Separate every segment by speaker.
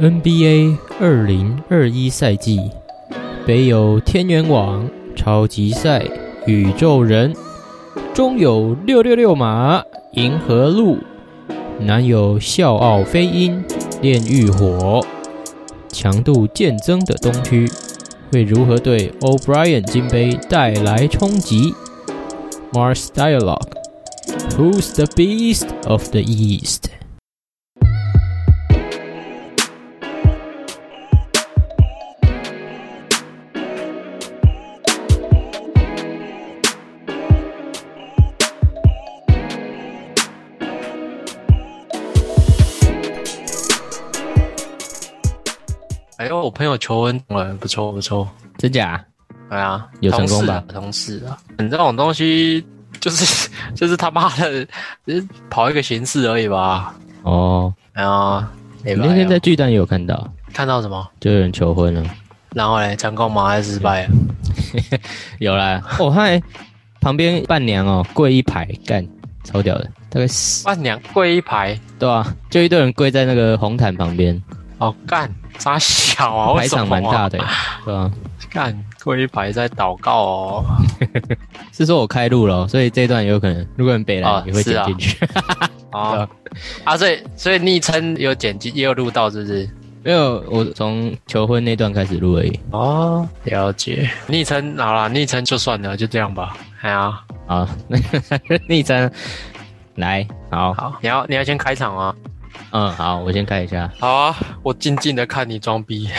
Speaker 1: NBA 二零二一赛季，北有天元网、超级赛、宇宙人，中有六六六马、银河路，南有笑傲飞鹰、炼狱火，强度渐增的东区会如何对 O'Brien 金杯带来冲击？Mars Dialogue。Who's the beast of the east？
Speaker 2: 哎呦，我朋友求婚了，不错不错。
Speaker 1: 真假？
Speaker 2: 对啊，
Speaker 1: 有成功吧
Speaker 2: 同事啊？同事啊，你这种东西就是 就是他妈的，就是跑一个形式而已吧。
Speaker 1: 哦，
Speaker 2: 哎呀，
Speaker 1: 我
Speaker 2: 你
Speaker 1: 那天在巨蛋也有看到，
Speaker 2: 看到什么？
Speaker 1: 就有人求婚了。
Speaker 2: 然后嘞，成功吗？还是失败？啊
Speaker 1: 有 啦，哦，他还旁边伴娘哦跪一排，干，超屌的，大概十
Speaker 2: 伴娘跪一排，
Speaker 1: 对啊，就一堆人跪在那个红毯旁边，
Speaker 2: 哦干，傻小啊，
Speaker 1: 排
Speaker 2: 为什
Speaker 1: 场
Speaker 2: 么啊
Speaker 1: 蛮大的，对啊。
Speaker 2: 干跪一排在祷告哦。
Speaker 1: 是说我开路了哦，所以这一段有可能，如果很北来，
Speaker 2: 哦
Speaker 1: 你会
Speaker 2: 是
Speaker 1: 剪
Speaker 2: 啊
Speaker 1: 进去。
Speaker 2: 啊啊，所以所以昵称有剪辑也有录到，是不是？
Speaker 1: 没有，我从求婚那段开始录而已。
Speaker 2: 哦，了解。昵称好啦，昵称就算了，就这样吧。哎呀，
Speaker 1: 好， 逆真啊来，好，
Speaker 2: 好，你要你要先开场啊。
Speaker 1: 嗯，好，我先看一下。
Speaker 2: 好啊，我静静的看你装逼。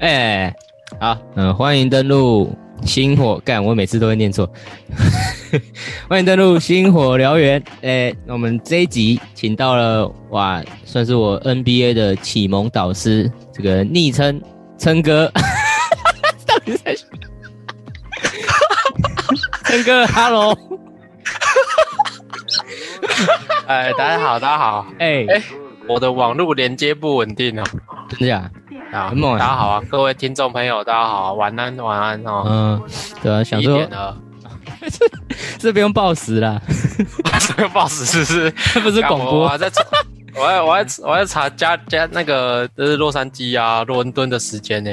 Speaker 1: 哎、好，嗯、欢迎登录星火，干，我每次都会念错。 欢迎登录星火燎原。哎、我们这一集请到了，哇，算是我 NBA 的启蒙导师，这个昵称琛哥。 到底在说？琛哥，Hello，
Speaker 2: 哎，大家好，大家好。
Speaker 1: 哎、
Speaker 2: 哎我的网络连接不稳定啊。
Speaker 1: 真假？
Speaker 2: 啊，
Speaker 1: 很猛啊
Speaker 2: 大家好啊，各位听众朋友，大家好，啊晚安，晚安哦。
Speaker 1: 嗯，对啊，想
Speaker 2: 一
Speaker 1: 说
Speaker 2: 点了，
Speaker 1: 这不用报时啦，
Speaker 2: 这个 boss 是不是
Speaker 1: 这不是
Speaker 2: 干
Speaker 1: 广
Speaker 2: 我
Speaker 1: 播
Speaker 2: 还在 查，我还我还我还查加加那个就是洛杉矶啊、伦敦的 时间呢、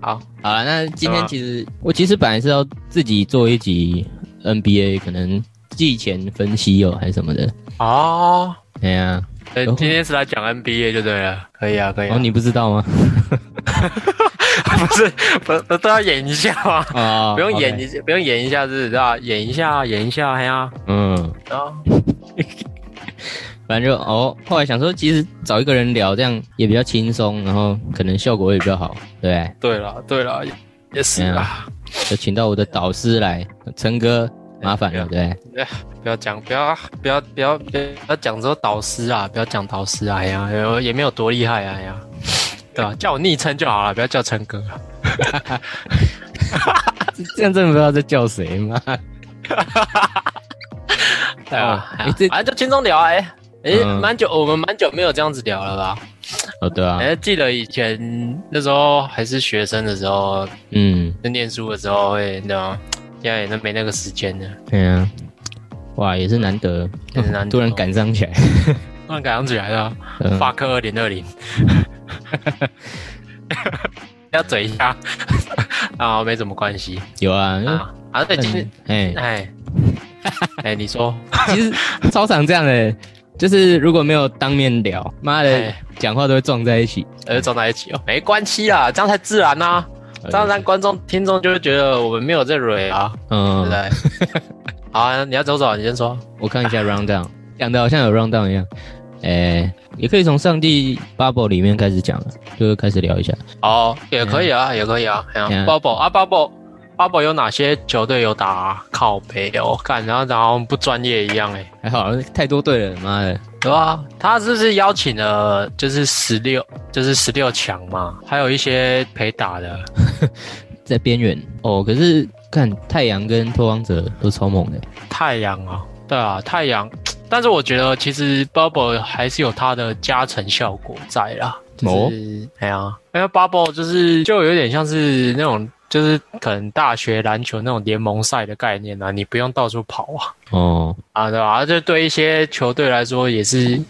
Speaker 2: 好，
Speaker 1: 好了，那今天其实我其实本来是要自己做一集 NBA，可能季前分析哦，还是什么的。
Speaker 2: 哦，
Speaker 1: 哎呀、
Speaker 2: 所以
Speaker 1: 哦
Speaker 2: 今天是来讲 NBA 就对了，可以啊，可以啊。
Speaker 1: 哦，你不知道吗？
Speaker 2: 不是不不都要演一下吗？
Speaker 1: 哦，
Speaker 2: 不用演
Speaker 1: OK
Speaker 2: 一不用演一下是知道演一下演一下，哎呀，
Speaker 1: 嗯，
Speaker 2: 啊，
Speaker 1: 反正就哦，后来想说，其实找一个人聊，这样也比较轻松，然后可能效果也比较好，对不对，
Speaker 2: 对了对了，也是啊，
Speaker 1: 就请到我的导师来，陈哥，麻烦了，对不对。
Speaker 2: 哎不要讲不要不要不要不要讲说导师啊，不要讲导师啊，哎呀，也也没有多厉害啊，哎呀，对吧？叫我昵称就好了，不要叫陈哥。
Speaker 1: 这样真的不知道在叫谁吗？
Speaker 2: 对啊，
Speaker 1: 哎这
Speaker 2: 反正就轻松聊啊哎、哎，
Speaker 1: 嗯
Speaker 2: 蛮久，我们蛮久没有这样子聊了吧？
Speaker 1: 哦，对啊
Speaker 2: 哎、，记得以前那时候还是学生的时候，
Speaker 1: 嗯，
Speaker 2: 在念书的时候会，你知道吗？现在也都没那个时间了，
Speaker 1: 对啊，哇，也是难得，哦
Speaker 2: 也是难 得
Speaker 1: 突然赶上起来，
Speaker 2: 突然赶上起来了。
Speaker 1: 嗯
Speaker 2: fuck 二零二零， 要嘴一下 啊，没什么关系
Speaker 1: 有啊，因为
Speaker 2: 啊。啊，对，今
Speaker 1: 哎、
Speaker 2: 天哎 哎，你说
Speaker 1: 其实超常这样的、就是如果没有当面聊，妈的
Speaker 2: 哎，
Speaker 1: 讲话都会撞在一起。
Speaker 2: 呃撞在一起哦，没关系啦，这样才自然呐、
Speaker 1: 哎
Speaker 2: 这样让观众听众就会觉得我们没有在蕊啊。对不
Speaker 1: 嗯，
Speaker 2: 对？ 好啊，你要走走，你先说。
Speaker 1: 我看一下 round down，讲的好像有 round down 一样。哎、也可以从上帝 bubble 里面开始讲了，啊就开始聊一下。
Speaker 2: 哦，也可以啊，也可以啊。哎呀
Speaker 1: 嗯
Speaker 2: ，Bubble 啊，Bubble。Bubble 有哪些球队有打、靠北哦？看，然后然后不专业一样哎、
Speaker 1: 还好，太多队了，妈的，
Speaker 2: 对啊，他是不是邀请了就是十六，就是十六强嘛？还有一些陪打的，
Speaker 1: 在边缘哦。可是看太阳跟拓荒者都超猛的、
Speaker 2: 太阳啊，对啊，太阳。但是我觉得其实 Bubble 还是有它的加成效果在啦，就
Speaker 1: 哦
Speaker 2: 是哎呀、因为 Bubble 就是就有点像是那种就是可能大学篮球那种联盟赛的概念啊，你不用到处跑啊，
Speaker 1: 哦，
Speaker 2: 啊对吧、啊？这对一些球队来说也是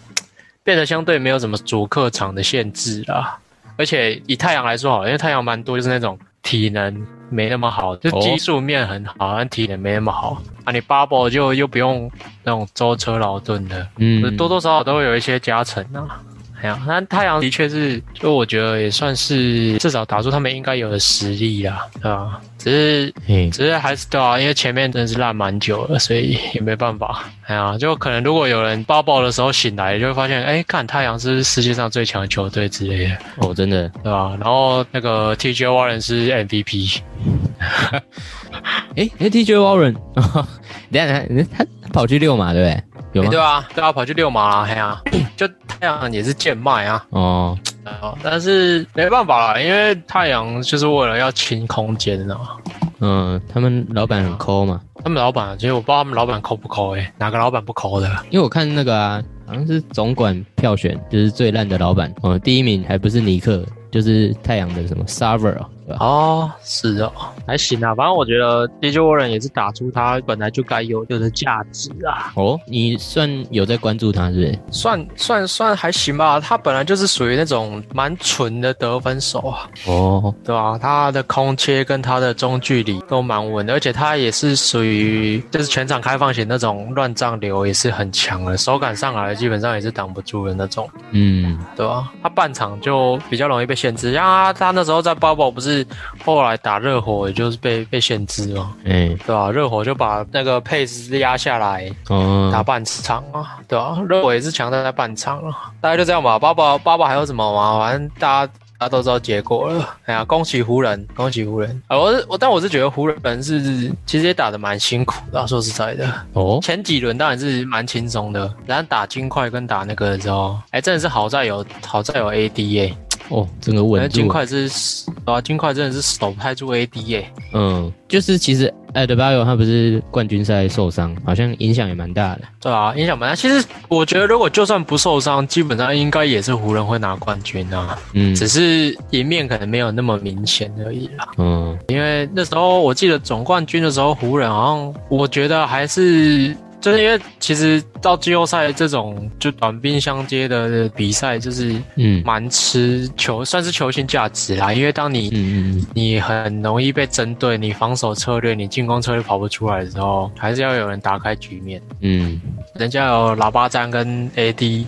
Speaker 2: 变得相对没有什么主客场的限制啦。而且以太阳来说好了，因为太阳蛮多就是那种体能没那么好，就
Speaker 1: 哦
Speaker 2: 技术面很好，但体能没那么好啊。你 bubble 就又不用那种舟车劳顿的，
Speaker 1: 嗯，
Speaker 2: 多多少少都会有一些加成啊。哎呀，那太阳的确是，就我觉得也算是至少打出他们应该有的实力啦，对吧？只是
Speaker 1: 嘿，
Speaker 2: 只是还是对啊，因为前面真的是烂蛮久了，所以也没办法。哎呀，就可能如果有人抱抱的时候醒来，就会发现，哎，看太阳是世界上最强的球队之类的，
Speaker 1: 哦，真的，
Speaker 2: 对吧？然后那个 TJ Warren 是 MVP，
Speaker 1: 哎，那 TJ Warren，等一下等一下他他跑去六嘛，对不对？有
Speaker 2: 诶
Speaker 1: 吗
Speaker 2: 对？啊，对啊，跑去六马啦，哎呀，就太阳也是贱卖啊。
Speaker 1: 哦，
Speaker 2: 啊，但是没办法啦，因为太阳就是为了要清空间啊。
Speaker 1: 嗯，他们老板很抠嘛，
Speaker 2: 他们老板，其实我不知道他们老板抠不抠诶、欸哪个老板不抠的？
Speaker 1: 因为我看那个啊，好像是总管票选，就是最烂的老板，哦，第一名还不是尼克，就是太阳的什么 Saver 哦，对吧？
Speaker 2: 哦，是哦，还行啊，反正我觉得 DJ Warren 也是打出他本来就该有有的价值啊，
Speaker 1: 哦，你算有在关注他是不是？
Speaker 2: 算算算还行吧，他本来就是属于那种蛮纯的得分手啊，
Speaker 1: 哦，
Speaker 2: 对吧、他的空切跟他的中距离都蛮稳的，而且他也是属于就是全场开放型那种乱账流也是很强的，手感上来基本上也是挡不住的那种。
Speaker 1: 嗯，
Speaker 2: 对啊，他半场就比较容易被限制，像他他那时候在 b u 不是后来打热火，也就是被被限制嘛，
Speaker 1: 哎、
Speaker 2: 对吧、热火就把那个 pace 压下来打
Speaker 1: 哦，
Speaker 2: 半场啊，对吧、热火也是强大在半场啊，大概就这样吧。b u 爸爸还有什么吗？反正大家。大家都知道结果了，哎呀，恭喜湖人，恭喜湖人！啊，我是我，但我是觉得湖人是其实也打得蛮辛苦的啊、说实在的，
Speaker 1: 哦，
Speaker 2: 前几轮当然是蛮轻松的，然后打金块跟打那个的时候，哎、真的是好在有好在有 AD 耶、
Speaker 1: 哦，整个
Speaker 2: 反
Speaker 1: 稳
Speaker 2: 正金
Speaker 1: 住，
Speaker 2: 块是啊，金块真的是守不太住 AD 耶、
Speaker 1: 嗯，就是其实 a d b a y o 他不是冠军赛受伤，好像影响也蛮大的，
Speaker 2: 对啊，影响蛮大。其实我觉得，如果就算不受伤，基本上应该也是湖人会拿冠军啊，
Speaker 1: 嗯
Speaker 2: 只是赢面可能没有那么明显而已啦。
Speaker 1: 嗯，
Speaker 2: 因为那时候我记得总冠军的时候，湖人好像我觉得还是就是因为其实到季后赛这种就短兵相接的比赛，就是
Speaker 1: 嗯
Speaker 2: 蛮吃球，算是球星价值啦。因为当你、
Speaker 1: 嗯嗯
Speaker 2: 你很容易被针对，你防守策略、你进攻策略跑不出来的时候，还是要有人打开局面。
Speaker 1: 嗯，
Speaker 2: 人家有喇叭战跟 AD，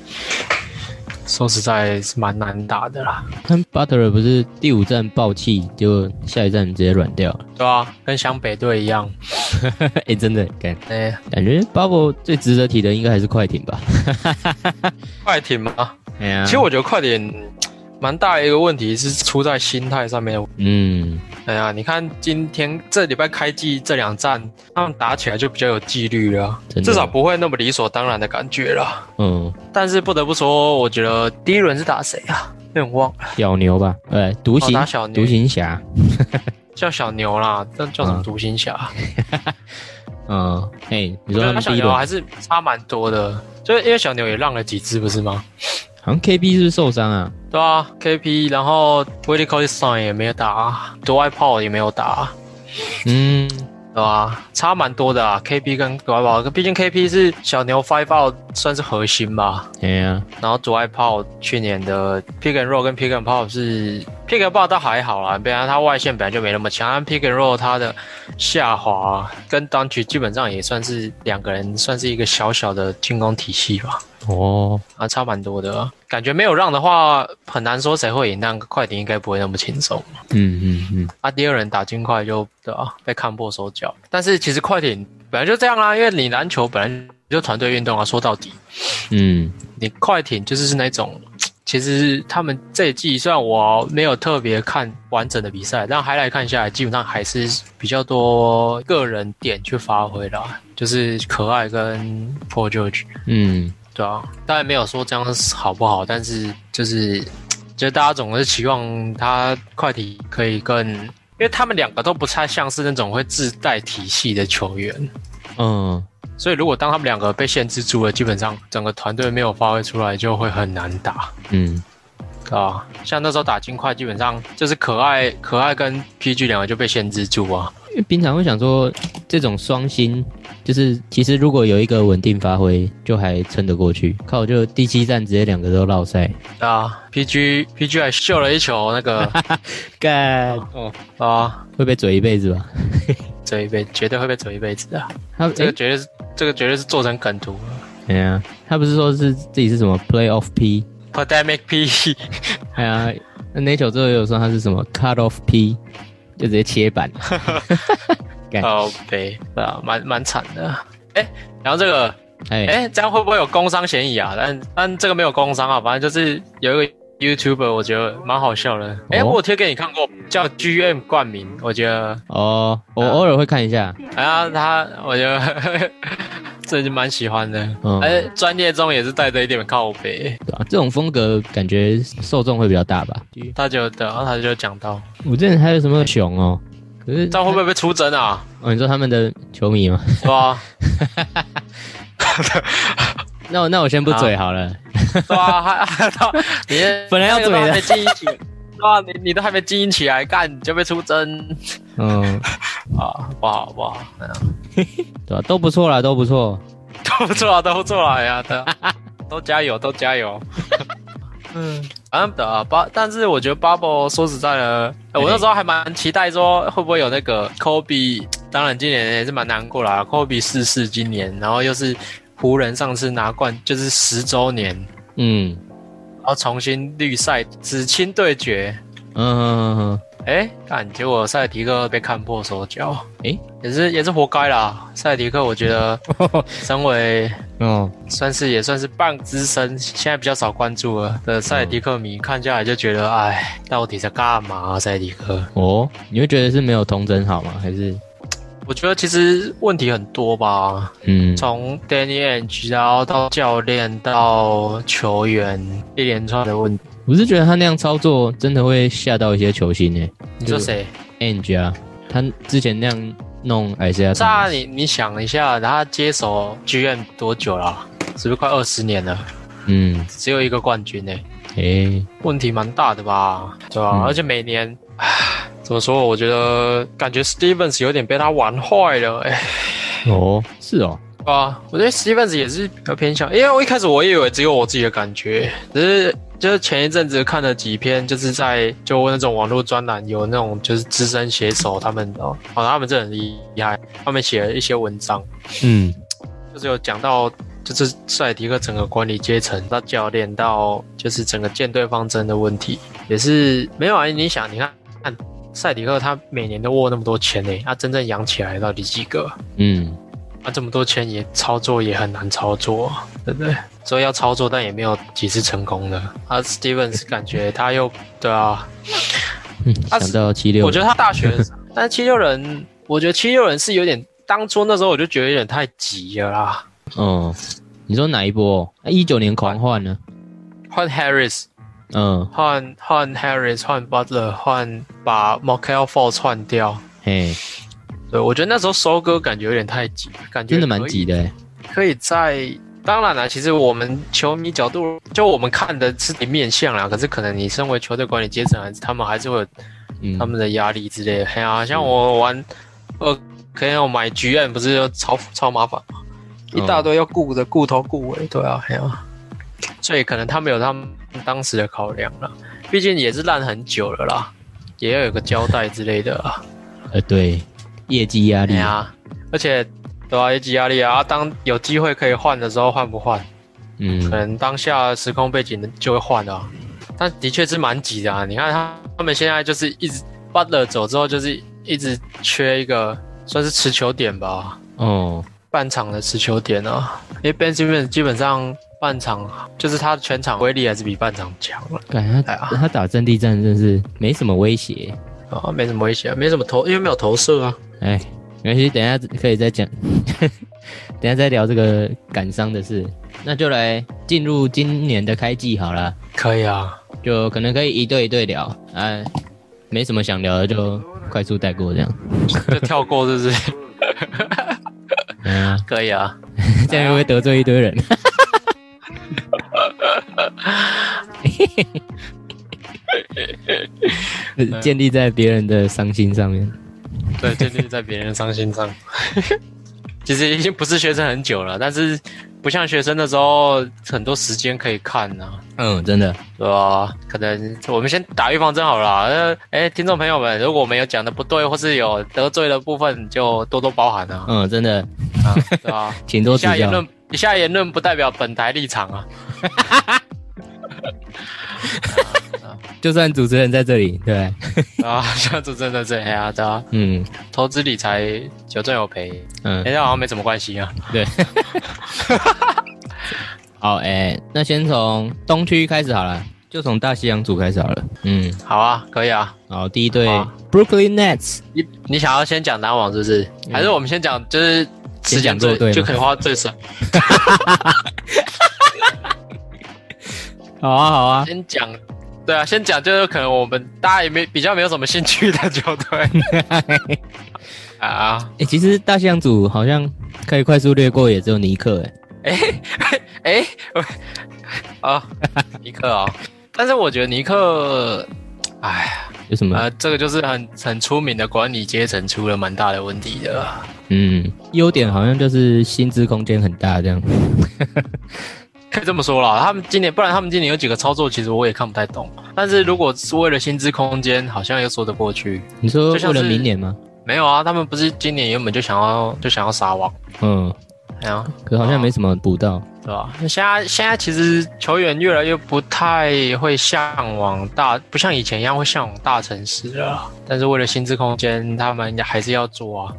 Speaker 2: 说实在是蛮难打的啦，
Speaker 1: 他们 Butler 不是第五站爆气，就下一站直接软掉了，
Speaker 2: 对啊，跟湘北队一样，
Speaker 1: 哎、真的感
Speaker 2: 哎、
Speaker 1: 感觉 Bubble 最值得提的应该还是快艇吧，
Speaker 2: 快艇嘛。
Speaker 1: 哎呀
Speaker 2: 啊其实我觉得快点蛮大的一个问题是出在心态上面。
Speaker 1: 嗯
Speaker 2: 哎呀，你看今天这礼拜开季这两战，他们打起来就比较有纪律了啊，
Speaker 1: 真的
Speaker 2: 至少不会那么理所当然的感觉了。
Speaker 1: 嗯，
Speaker 2: 但是不得不说，我觉得第一轮是打谁啊？有点忘了，
Speaker 1: 小牛吧，呃，独
Speaker 2: 哦
Speaker 1: 行
Speaker 2: 打小牛
Speaker 1: 独行侠，
Speaker 2: 叫小牛啦，那叫什么
Speaker 1: 嗯
Speaker 2: 独行侠？
Speaker 1: 嗯，嘿，你说
Speaker 2: 我觉
Speaker 1: 他
Speaker 2: 得
Speaker 1: 们
Speaker 2: 小
Speaker 1: 第一
Speaker 2: 牛
Speaker 1: 轮
Speaker 2: 还是差蛮多的，就是因为小牛也让了几支，不是吗？
Speaker 1: 好像 KB 是不是受伤啊？
Speaker 2: 对啊，KP，然后 Willie Collison 也没有打啊，Dwight Powell 也没有打啊。
Speaker 1: 嗯，
Speaker 2: 对吧？差蛮多的啊，KP 跟左外炮，毕竟 KP 是小牛 Five Out 算是核心吧。
Speaker 1: 哎呀，
Speaker 2: 然后左外炮去年的 Pick and Roll 跟 Pick and Pop 是 Pick and Pop 倒还好啦，本来他外线本来就没那么强，但 Pick and Roll 他的下滑跟单曲基本上也算是两个人算是一个小小的进攻体系吧。
Speaker 1: 哦，
Speaker 2: 啊，差蛮多的啊，感觉没有让的话，很难说谁会赢，但快艇应该不会那么轻松。
Speaker 1: 嗯嗯嗯，
Speaker 2: 啊，第二人打金块就对啊，被看破手脚。但是其实快艇本来就这样啊啦、因为你篮球本来就团队运动啊，说到底，
Speaker 1: 嗯，
Speaker 2: 你快艇就是是那种，其实他们这一季虽然我没有特别看完整的比赛，但还来看下来，基本上还是比较多个人点去发挥啦，就是可爱跟破旧局。
Speaker 1: 嗯，
Speaker 2: 对啊，当然没有说这样好不好，但是就是，就是大家总是期望他快艇可以更，因为他们两个都不太像是那种会自带体系的球员，
Speaker 1: 嗯，
Speaker 2: 所以如果当他们两个被限制住了，基本上整个团队没有发挥出来，就会很难打。
Speaker 1: 嗯，
Speaker 2: 对啊，像那时候打金块，基本上就是可爱可爱跟 PG 两个就被限制住啊，
Speaker 1: 因为平常会想说，这种双星就是其实如果有一个稳定发挥，就还撑得过去。靠，就第七站直接两个都落赛，
Speaker 2: 啊，PG PG 还秀了一球那个
Speaker 1: 干哦，
Speaker 2: 啊，
Speaker 1: 会被嘴一辈子吧？
Speaker 2: 嘴一辈绝对会被嘴一辈子的，
Speaker 1: 他
Speaker 2: 这
Speaker 1: 哎
Speaker 2: 个绝对是这个绝对是做成梗图了
Speaker 1: 哎呀，他不是说是自己是什么 playoff P？
Speaker 2: ，Pandemic P
Speaker 1: 哎呀，那那球之后也有说他是什么 cut off P，就直接切板。干
Speaker 2: 哦，对，对啊，蛮蛮惨的。哎、然后这个，
Speaker 1: 哎、
Speaker 2: 哎、这样会不会有工伤嫌疑啊？但但这个没有工伤啊，反正就是有一个 YouTuber，我觉得蛮好笑的。哎、
Speaker 1: 哦
Speaker 2: 我有贴给你看过，叫 GM 冠名，我觉得，
Speaker 1: 哦，我
Speaker 2: 啊
Speaker 1: 偶尔会看一下，
Speaker 2: 然后他，我觉得 这就蛮喜欢的。
Speaker 1: 嗯，
Speaker 2: 哎、专业中也是带着一点靠背，
Speaker 1: 对啊这种风格感觉受众会比较大吧。
Speaker 2: 他就对，然后他就讲到，
Speaker 1: 我之前还有什么熊哦，可是
Speaker 2: 这样会不会被出征啊？
Speaker 1: 哦，你说他们的球迷吗？
Speaker 2: 是吧？
Speaker 1: 那我那我先不嘴好了。
Speaker 2: 对啊，还还到你
Speaker 1: 本来要
Speaker 2: 那
Speaker 1: 嘴
Speaker 2: 个都还没
Speaker 1: 的，
Speaker 2: 经营起来，对啊，你你都还没经营起来，干你就被出征
Speaker 1: 嗯，
Speaker 2: 啊，不好不好，嗯
Speaker 1: 对吧、都不错啦，都不错。
Speaker 2: 都不错啊，都不错啊，哎呀，都都加油，都加油。嗯，反正的啊，巴，但是我觉得 Bubble 说实在的，呃我那时候还蛮期待说会不会有那个 Kobe，当然今年也是蛮难过啦，Kobe 逝世今年，然后又是湖人上次拿冠就是十周年，
Speaker 1: 嗯
Speaker 2: 然后重新绿赛紫青对决，
Speaker 1: 嗯嗯，嗯
Speaker 2: 哎，看结果塞尔提克被看破手脚，
Speaker 1: 诶
Speaker 2: 也是也是活该啦。塞尔提克，我 觉得身为
Speaker 1: 嗯哦，
Speaker 2: 算是也算是半资深，现在比较少关注了的塞尔提克迷，看下来就觉得，哎，到底在干嘛、啊？塞尔提克，
Speaker 1: 哦，你会觉得是没有童真好吗？还是
Speaker 2: 我觉得其实问题很多吧，
Speaker 1: 嗯
Speaker 2: 从 Danny Ainge 然后到教练到球员一连串的问题。
Speaker 1: 我是觉得他那样操作真的会吓到一些球星诶、
Speaker 2: 你说谁？
Speaker 1: a n g e 啊，他之前那样弄艾斯亚，
Speaker 2: 那啊你你想一下，他接手 GM 多久了、是不是快二十年了？
Speaker 1: 嗯，
Speaker 2: 只有一个冠军呢、欸
Speaker 1: 诶、
Speaker 2: 问题蛮大的吧？对吧、
Speaker 1: 嗯
Speaker 2: 而且每年，唉，怎么说？我觉得感觉 Stevens 有点被他玩坏了，哎、
Speaker 1: 哦，是哦，
Speaker 2: 对吧？我觉得 Stevens 也是比较偏向，因为我一开始我也以为只有我自己的感觉，只是。就是前一阵子看了几篇，就是在就那种网络专栏有那种就是资深写手他们哦，哦他们真的很厉害，他们写了一些文章，
Speaker 1: 嗯
Speaker 2: 就是有讲到，就是塞尔提克整个管理阶层到教练到就是整个舰队方针的问题，也是没有啊。你想，你看，看塞尔提克他每年都握那么多钱呢、他、真正养起来到底几个？
Speaker 1: 嗯
Speaker 2: 啊，这么多钱也操作也很难操作，对不对？所以要操作，但也没有几次成功的。啊，Stevens 感觉他又对啊，
Speaker 1: 嗯，
Speaker 2: 他
Speaker 1: 想到七六，
Speaker 2: 啊我觉得他大学的时候，但是七六人，我觉得七六人是有点，当初那时候我就觉得有点太急了啦。
Speaker 1: 得哦，你说哪一波？啊一九年狂换呢？
Speaker 2: 换 Harris，
Speaker 1: 嗯，
Speaker 2: 换换 Harris，换 Butler，换把 m o c a l f o r 换掉。
Speaker 1: 嘿，
Speaker 2: 对，我觉得那时候收割感觉有点太急，感觉
Speaker 1: 真的蛮急
Speaker 2: 的。
Speaker 1: 的、欸，
Speaker 2: 可以在当然啦，其实我们球迷角度，就我们看的是面相啦。可是可能你身为球队管理阶层，还是他们还是会有
Speaker 1: 嗯，
Speaker 2: 他们的压力之类的。哎呀、像我玩呃，可能我买 GM 不是就超超麻烦吗？一
Speaker 1: 嗯
Speaker 2: 大堆要顾的顾头顾尾，对啊，哎呀、所以可能他们有他们当时的考量啦，毕竟也是烂很久了啦，也要有个交代之类的啦。
Speaker 1: 呃，对，业绩压
Speaker 2: 哎
Speaker 1: 力，
Speaker 2: 呀、而且对啊，业绩压力啊，啊当有机会可以换的时候换不换？
Speaker 1: 嗯
Speaker 2: 可，能当下时空背景就会换啊。但的确是蛮急的啊！你看他他们现在就是一直 Butler 走之后，就是一直缺一个算是持球点吧，
Speaker 1: 哦，
Speaker 2: 半场的持球点啊。因为 Ben Simmons 基本上半场就是他全场威力还是比半场强了
Speaker 1: 感觉
Speaker 2: 哎
Speaker 1: 他、
Speaker 2: 呀
Speaker 1: 他打阵地战真是没什么威胁，
Speaker 2: 啊，没什么威胁，没什么投，因为没有投射啊。
Speaker 1: 哎，没关系，等一下可以再讲， 等一下再聊这个感伤的事，那就来进入今年的开季好了，
Speaker 2: 可以啊，
Speaker 1: 就可能可以一对一对聊，哎，没什么想聊的就快速带过这样，
Speaker 2: 就跳过是不是？
Speaker 1: 嗯、 啊，
Speaker 2: 可以啊，
Speaker 1: 这样会不会得罪一堆人？ 建立在别人的伤心上面。
Speaker 2: 对，建立在别人的伤 心上。其实已经不是学生很久了，但是不像学生的时候，很多时间可以看呐、
Speaker 1: 嗯，真的，
Speaker 2: 对吧？可能我们先打预防针好了啦。呃，哎，听众朋友们，如果我们有讲的不对，或是有得罪的部分，就多多包涵啊，
Speaker 1: 嗯，真的，
Speaker 2: 啊对吧？
Speaker 1: 请 多
Speaker 2: 以
Speaker 1: 指
Speaker 2: 下言
Speaker 1: 教。
Speaker 2: 论，以下言论不代表本台立场啊。
Speaker 1: 就算主持人在这里，对，
Speaker 2: 啊，像主持人在 这里啊，对啊，
Speaker 1: 嗯
Speaker 2: 投资理财有赚有赔，
Speaker 1: 嗯
Speaker 2: 哎、，那好像没什么关系啊。
Speaker 1: 好，哎、那先从东区开始好了，就从大西洋组开始好了。嗯，
Speaker 2: 好啊，可以啊。
Speaker 1: 好，第一队
Speaker 2: 好
Speaker 1: Brooklyn Nets，
Speaker 2: 你你想要先讲篮网是不是？
Speaker 1: 嗯
Speaker 2: 还是我们先讲就是时间
Speaker 1: 先讲弱队吗啊
Speaker 2: 最就可以花最少？
Speaker 1: 好啊好啊，
Speaker 2: 先讲，对啊，先讲就是可能我们大家也没比较没有什么兴趣的球队 啊。
Speaker 1: 哎、其实大西洋组好像可以快速略过，也只有尼克、哎，
Speaker 2: 哎、我啊，尼克啊、但是我觉得尼克，哎，
Speaker 1: 有什么？
Speaker 2: 呃，这个就是很很出名的管理阶层出了蛮大的问题的。
Speaker 1: 嗯，优点好像就是薪资空间很大这样。
Speaker 2: 可以这么说啦，他们今年，不然他们今年有几个操作，其实我也看不太懂。但是如果是为了薪资空间，好像又说得过去。
Speaker 1: 你说
Speaker 2: 就像
Speaker 1: 为了
Speaker 2: 是
Speaker 1: 明年吗？
Speaker 2: 没有啊，他们不是今年原本就想要就想要撒网，
Speaker 1: 嗯，
Speaker 2: 哎呀，
Speaker 1: 可好像没什么补到。
Speaker 2: 对吧？那现在现在其实球员越来越不太会向往大，不像以前一样会向往大城市了。但是为了薪资空间，他们还是要做啊。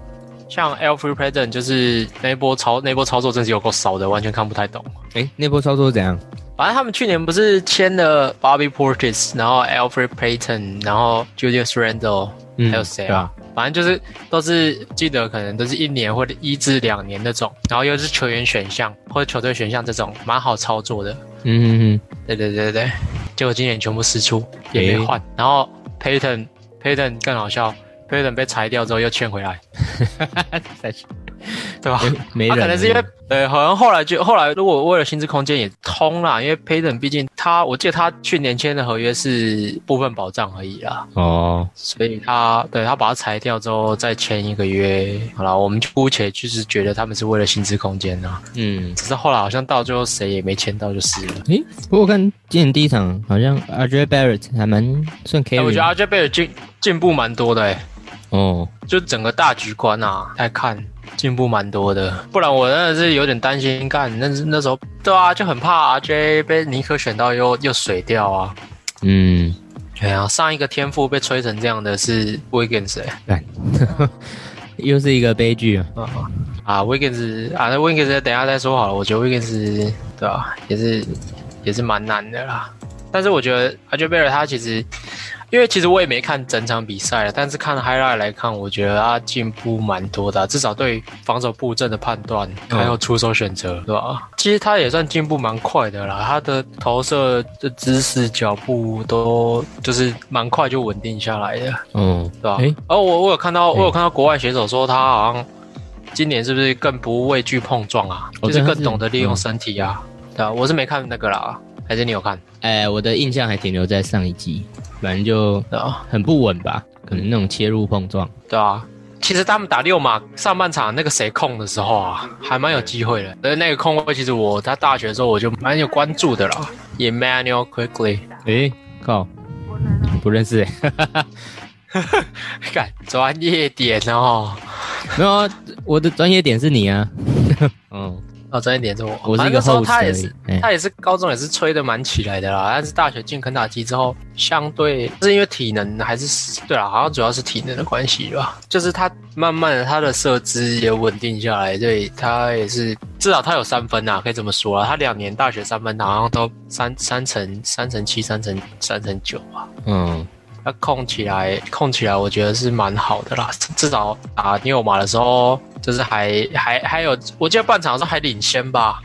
Speaker 2: 像 Alfred p r e d e n 就是那一波操那一波操作真是有够骚的，完全看不太懂。
Speaker 1: 哎、那波操作怎样？
Speaker 2: 反正他们去年不是签了 Bobby Portis，然后 Alfred Payton，然后 Julius Randle，、
Speaker 1: 嗯
Speaker 2: 还有谁
Speaker 1: 对
Speaker 2: 啊
Speaker 1: 吧？？
Speaker 2: 反正就是都是记得可能都是一年或者一至两年那种，然后又是球员选项或者球队选项这种，蛮好操作的。
Speaker 1: 嗯嗯
Speaker 2: 对对对对对，结果今年全部失出，也没
Speaker 1: 诶
Speaker 2: 换。然后 Payton Payton 更好笑，Payton 被裁掉之后又签回来，对吧？
Speaker 1: 嗯，没
Speaker 2: 他、
Speaker 1: 人了。
Speaker 2: 啊可能是因为，对，好像后来就后来，如果为了薪资空间也通啦，因为 Payton 毕竟他，我记得他去年签的合约是部分保障而已啦，
Speaker 1: 哦，
Speaker 2: 所以他对他把他裁掉之后再签一个约，好啦，我们姑且就是觉得他们是为了薪资空间啊，
Speaker 1: 嗯，
Speaker 2: 只是后来好像到最后谁也没签到就是了。
Speaker 1: 诶、不过我看今年第一场好像 RJ Barrett 还蛮算
Speaker 2: 哎、
Speaker 1: carry，、
Speaker 2: 我觉得 RJ 贝尔进进步蛮多的、欸，
Speaker 1: 哦，
Speaker 2: 就整个大局观啊来看，进步蛮多的。不然我真的是有点担心，干那那时候对啊，就很怕 RJ 被尼克选到又又水掉啊。
Speaker 1: 嗯，
Speaker 2: 对啊，上一个天赋被吹成这样的是 Wiggins 欸
Speaker 1: 又是一个悲剧啊。
Speaker 2: 啊啊 Wiggins 啊，那 Wiggins 等一下再说好了。我觉得 Wiggins 对啊，也是也是蛮难的啦。但是我觉得 RJ 贝尔他其实，因为其实我也没看整场比赛了，但是看 highlight 来看，我觉得他进步蛮多的啊、至少对防守布阵的判断，还有出手选择，对吧？其实他也算进步蛮快的啦，他的投射的姿势、脚步都就是蛮快就稳定下来的。
Speaker 1: 哦，
Speaker 2: 对吧、
Speaker 1: 诶
Speaker 2: 哦，我我有看到，
Speaker 1: 诶
Speaker 2: 我有看到国外选手说他好像今年是不是更不畏惧碰撞啊？
Speaker 1: 哦
Speaker 2: 就是
Speaker 1: 对他
Speaker 2: 更
Speaker 1: 是
Speaker 2: 懂得利用身体啊。对啊，我是没看那个啦，还是你有看？
Speaker 1: 哎、我的印象还停留在上一季，反正就
Speaker 2: 对啊，
Speaker 1: 很不稳吧，可能那种切入碰撞。
Speaker 2: 对啊。其实他们打六码上半场那个谁控的时候啊，还蛮有机会的。而那个控位其实我在大学的时候我就蛮有关注的啦。Emmanuel Quickly，
Speaker 1: 诶、靠，不认识、 欸，
Speaker 2: 干专业点哦，
Speaker 1: 没有、啊，我的专业点是你啊。 嗯，
Speaker 2: 哦专业点是我，
Speaker 1: 我是一
Speaker 2: 反正那
Speaker 1: 个
Speaker 2: 时候
Speaker 1: 后
Speaker 2: 他也是，
Speaker 1: 哎、
Speaker 2: 他也是高中也是吹的蛮起来的啦，但是大学进肯塔基之后，相对是因为体能还是对啦，好像主要是体能的关系吧。就是他慢慢的他的射姿也稳定下来，对他也是至少他有三分呐，可以这么说啊。他两年大学三分好像都三三成三成七三成三成九吧。
Speaker 1: 嗯，
Speaker 2: 他控起来控起来，我觉得是蛮好的啦，至少打纽马的时候，就是还还还有，我记得半场的时候还领先吧。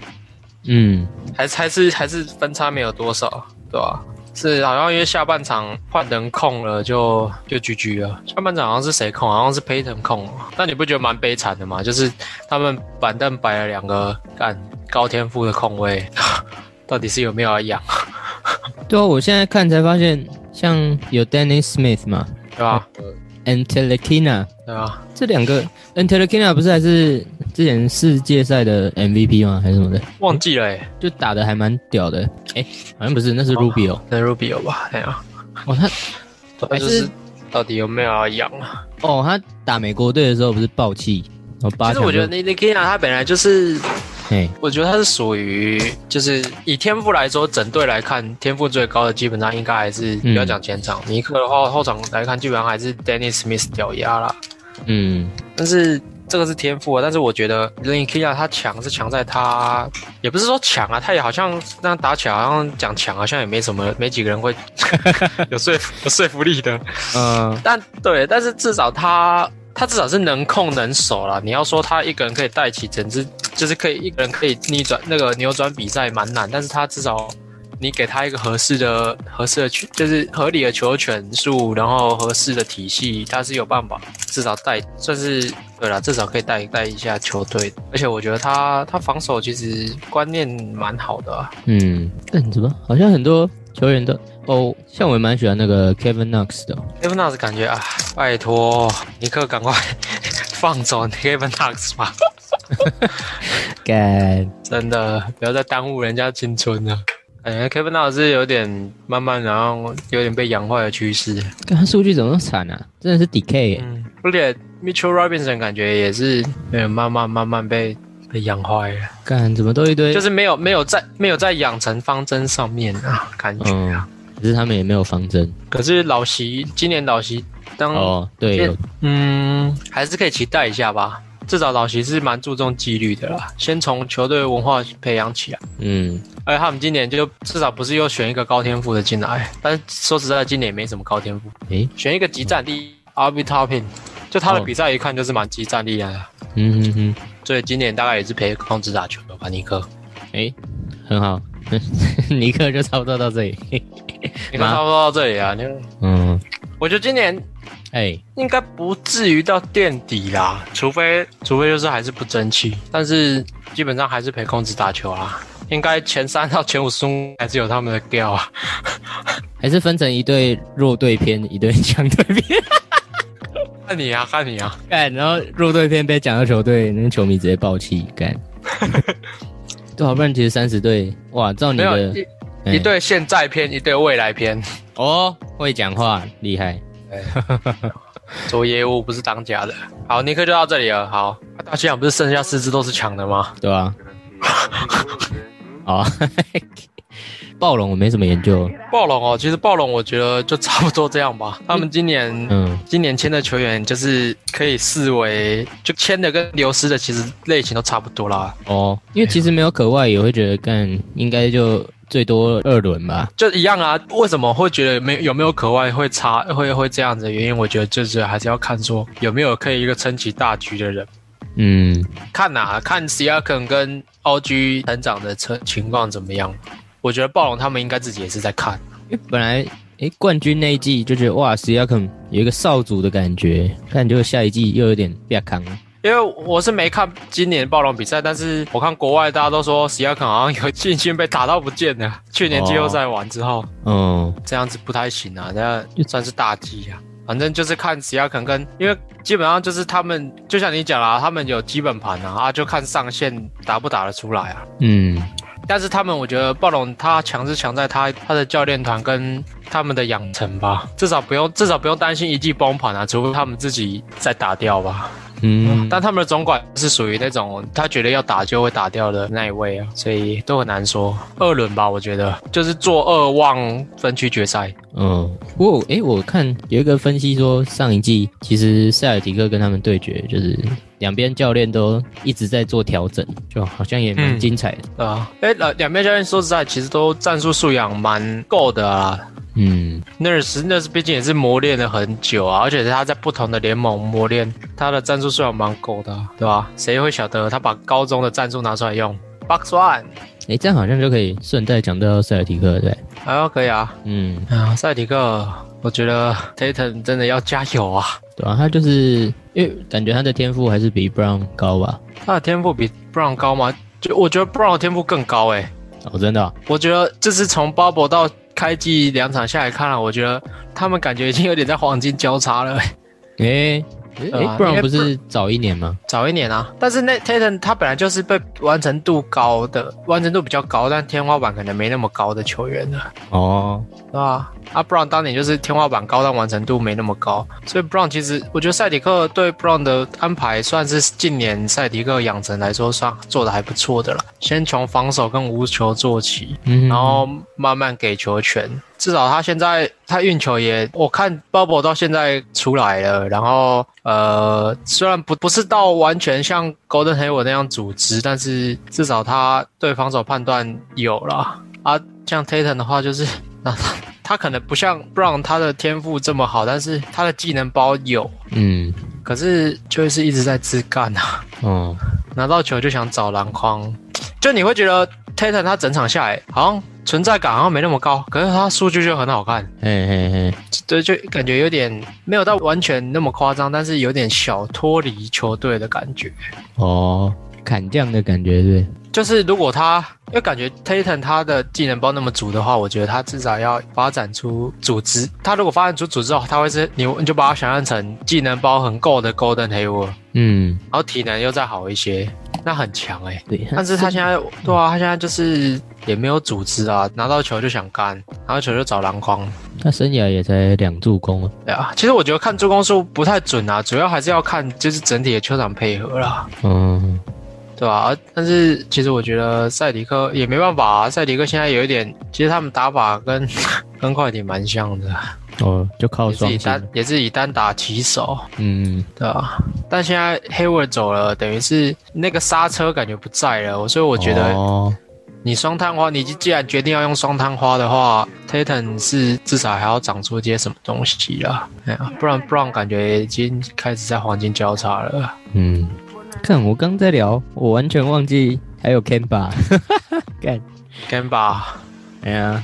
Speaker 1: 嗯，
Speaker 2: 还还是还是分差没有多少，对吧、是好像因为下半场换人控了就，就 GG 了。下半场好像是谁控？好像是 Payton 控了。但你不觉得蛮悲惨的吗？就是他们板凳摆了两个干高天赋的控位， 到底是有没有要养，啊
Speaker 1: 对啊，我现在看才发现，像有 Dennis Smith 嘛，
Speaker 2: 对吧、
Speaker 1: Antelakina
Speaker 2: 对啊，
Speaker 1: 这两个 Antelakina 不是还是之前世界赛的 MVP 吗？还是什么的？
Speaker 2: 忘记了欸诶，
Speaker 1: 就打的还蛮屌的。哎、好像不是，那
Speaker 2: 哦
Speaker 1: 是 Rubio
Speaker 2: 那 Rubio 吧，哎呀，
Speaker 1: 哦，他
Speaker 2: 那就是到底有没有要养啊？
Speaker 1: 哦他打美国队的时候不是爆气，然后八
Speaker 2: 其实
Speaker 1: 强就。
Speaker 2: 我觉得 n i k i n a 他本来就是，
Speaker 1: 嘿，
Speaker 2: 我觉得他是属于就是以天赋来说，整队来看天赋最高的基本上应该还是不
Speaker 1: 嗯
Speaker 2: 要讲前场，尼克的话后场来看基本上还是 Dennis Smith 屌压啦。
Speaker 1: 嗯
Speaker 2: 但是这个是天赋啊，但是我觉得 l i n k i a 他强是强在他，也不是说强啊，他也好像那样打起来，好像讲强好像也没什么，没几个人会 有说服有说服力的。
Speaker 1: 嗯
Speaker 2: 但对，但是至少他他至少是能控能守啦。你要说他一个人可以带起整支，就是可以一个人可以逆转那个扭转比赛蛮难，但是他至少。你给他一个合适的、合适的球，就是合理的球权数，然后合适的体系，他是有办法至少带，算是对了，至少可以带带一下球队。而且我觉得他他防守其实观念蛮好的、啊，
Speaker 1: 嗯，但怎么好像很多球员都哦，像我也蛮喜欢那个 Kevin Knox 的哦、
Speaker 2: e v a n Knox 感觉啊，拜托尼克赶快 放走 e v a n Knox 吧，
Speaker 1: 干
Speaker 2: 真的不要再耽误人家青春了。感觉 Kevin Knox 是有点慢慢，然后有点被养坏的趋势。
Speaker 1: 干他数据怎么那么惨啊？真的是 DK 欸
Speaker 2: 嗯，而且 Mitchell Robinson 感觉也是嗯慢慢慢慢被被养坏了，
Speaker 1: 干怎么都一堆，
Speaker 2: 就是没有没有在没有在养成方针上面啊，感觉啊。
Speaker 1: 嗯，可是他们也没有方针
Speaker 2: 可是老席今年老席当、
Speaker 1: 哦。对，
Speaker 2: 变
Speaker 1: 有
Speaker 2: 嗯还是可以期待一下吧。至少老席是蛮注重纪律的啦，先从球队文化培养起来。
Speaker 1: 嗯，
Speaker 2: 而且哎他们今年就至少不是又选一个高天赋的进来，但是说实在，今年也没什么高天赋，
Speaker 1: 诶，
Speaker 2: 选一个集战力 RB Topping，就他的
Speaker 1: 哦
Speaker 2: 比赛一看就是蛮集战力的啊。
Speaker 1: 嗯哼哼，
Speaker 2: 所以今年大概也是陪控制打球的吧，尼克。
Speaker 1: 诶，很好， 尼克就差不多到这里。嘿
Speaker 2: 你看差不多到这里啊，你
Speaker 1: 嗯，
Speaker 2: 我觉得今年
Speaker 1: 哎，
Speaker 2: 应该不至于到垫底啦，除非除非就是还是不争气，但是基本上还是陪控制打球啦。应该前三到前五十五还是有他们的 g a l 啊，
Speaker 1: 还是分成一队弱队篇，一队强队 篇。
Speaker 2: 看你啊，看你啊，
Speaker 1: 干，然后弱队篇被讲到球队，那个球迷直接爆气， 干。对，啊好不然其实三十队，哇，照你
Speaker 2: 没有
Speaker 1: 的
Speaker 2: 一
Speaker 1: 哎
Speaker 2: 一对现在篇，一对未来篇，
Speaker 1: 哦，会讲话，厉害。
Speaker 2: 做业务不是当家的。好，尼克就到这里了。好，啊大西洋不是剩下四支都是强的吗？
Speaker 1: 对 吧、啊？哦，暴龙我没什么研究，
Speaker 2: 暴龙哦，其实暴龙我觉得就差不多这样吧。 他们今年
Speaker 1: 嗯
Speaker 2: 今年签的球员就是可以视为就签的跟流失的其实类型都差不多啦，
Speaker 1: 哦，因为其实没有可外，也会觉得干应该就最多二轮吧。
Speaker 2: 就一样啊。为什么会觉得没有没有可外会差会会这样子的原因？我觉得就是还是要看说有没有可以一个撑起大局的人。
Speaker 1: 嗯，
Speaker 2: 看呐、看 C R 肯跟 O G 成长的成情况怎么样。我觉得暴龙他们应该自己也是在看，
Speaker 1: 因为 本来诶冠军那一季就觉得哇，史亚肯有一个少主的感觉，但结果下一啊季又有点变康。
Speaker 2: 因为我是没看今年暴龙比赛，但是我看国外大家都说 C R 肯好像有信心被打到不见了。 去年季后赛完之后，
Speaker 1: 哦，
Speaker 2: 这样子不太行啊，那算是大忌啊。反正就是看史亚肯跟，因为基本上就是他们，就像你讲啦，他们有基本盘啊，啊就看上限打不打得出来啊。
Speaker 1: 嗯，
Speaker 2: 但是他们，我觉得暴龙他强是强在他他的教练团跟他们的养成吧，至少不用至少不用担心一季崩盘啊，除非他们自己再打掉吧。
Speaker 1: 嗯，
Speaker 2: 但他们的总管是属于那种他觉得要打就会打掉的那一位啊，所以都很难说。二轮吧，我觉得就是做二望分区决赛。
Speaker 1: 嗯，不过诶，我看有一个分析说，上一季其实塞尔提克跟他们对决，就是两边教练都一直在做调整，就好像也蛮
Speaker 2: 嗯
Speaker 1: 精彩的。
Speaker 2: 对啊，哎，两两边教练说实在，其实都战术素养蛮够的啊。
Speaker 1: 嗯
Speaker 2: Nurse Nurse 毕竟也是磨练了很久啊，而且他在不同的联盟磨练，他的战术素养蛮够的啊、对吧、谁会晓得他把高中的战术拿出来用？Box One，
Speaker 1: 诶，这样好像就可以顺带讲到塞尔提克，对，
Speaker 2: 哎呦，可以啊。
Speaker 1: 嗯，
Speaker 2: 啊，赛迪克，我觉得 Tatum 真的要加油啊！
Speaker 1: 对啊，他就是因为感觉他的天赋还是比 Brown 高吧？
Speaker 2: 他的天赋比 Brown 高吗？就我觉得 Brown 的天赋更高诶、
Speaker 1: 哦，真的哦、
Speaker 2: 我觉得这是从 Bubble 啊到开季两场下来看了、我觉得他们感觉已经有点在黄金交叉了、欸。
Speaker 1: 诶诶
Speaker 2: 对啊
Speaker 1: 哎不然
Speaker 2: 因为
Speaker 1: 不是早一年吗？
Speaker 2: 早一年啊，但是那 Tatum 他本来就是被完成度高的、完成度比较高，但天花板可能没那么高的球员呢，
Speaker 1: 哦，
Speaker 2: 对吧？啊，Brown 当年就是天花板高，但完成度没那么高，所以 Brown 其实我觉得赛迪克对 Brown 的安排算是近年赛迪克养成来说算做的还不错的了。先从防守跟无球做起，
Speaker 1: 嗯，
Speaker 2: 然后慢慢给球权。至少他现在他运球也，我看 Bubble 到现在出来了，然后呃，虽然不不是到完全像 Golden h a y w a r d 那样组织，但是至少他对防守判断有啦。啊，像 Tatum 的话就是， 那他他可能不像 Brown 他的天赋这么好，但是他的技能包有，
Speaker 1: 嗯，
Speaker 2: 可是就是一直在自干啊。
Speaker 1: 哦，
Speaker 2: 拿到球就想找篮筐，就你会觉得 Tatum 他整场下来好像存在感好像没那么高，可是他数据就很好看，
Speaker 1: 嘿嘿嘿，
Speaker 2: 对，就感觉有点没有到完全那么夸张，但是有点小脱离球队的感觉。
Speaker 1: 哦，砍将的感觉是
Speaker 2: 就是如果他，因为感觉 Tatum 他的技能包那么足的话，我觉得他至少要发展出组织。他如果发展出组织的话，他会是你你就把他想象成技能包很够的 Golden Hayward，
Speaker 1: 嗯，
Speaker 2: 然后体能又再好一些，那很强哎、
Speaker 1: 对，
Speaker 2: 但是他现在，对啊，他现在就是也没有组织啊，拿到球就想干，拿到球就找篮筐。
Speaker 1: 他生涯也才两助攻啊，
Speaker 2: 对啊，其实我觉得看助攻数不太准啊，主要还是要看就是整体的球场配合啦，
Speaker 1: 嗯，
Speaker 2: 对吧、啊？但是其实我觉得塞迪克也没办法啊，塞迪克现在有一点，其实他们打法跟跟快艇蛮像的，
Speaker 1: 哦，就靠
Speaker 2: 也是
Speaker 1: 双
Speaker 2: 以
Speaker 1: 性
Speaker 2: 单，也是以单打起手，
Speaker 1: 嗯，
Speaker 2: 对啊。但现在 Hayward 走了，等于是那个刹车感觉不在了，所以我
Speaker 1: 我
Speaker 2: 觉得
Speaker 1: 哦，
Speaker 2: 你双探花，你既然决定要用双探花的话，Tatum 是至少还要长出些什么东西啦，哎呀，不然 Brown 感觉已经开始在黄金交叉了。
Speaker 1: 嗯，看我刚在聊，我完全忘记还有 Canba，干，
Speaker 2: Kemba，Kemba
Speaker 1: 哎呀，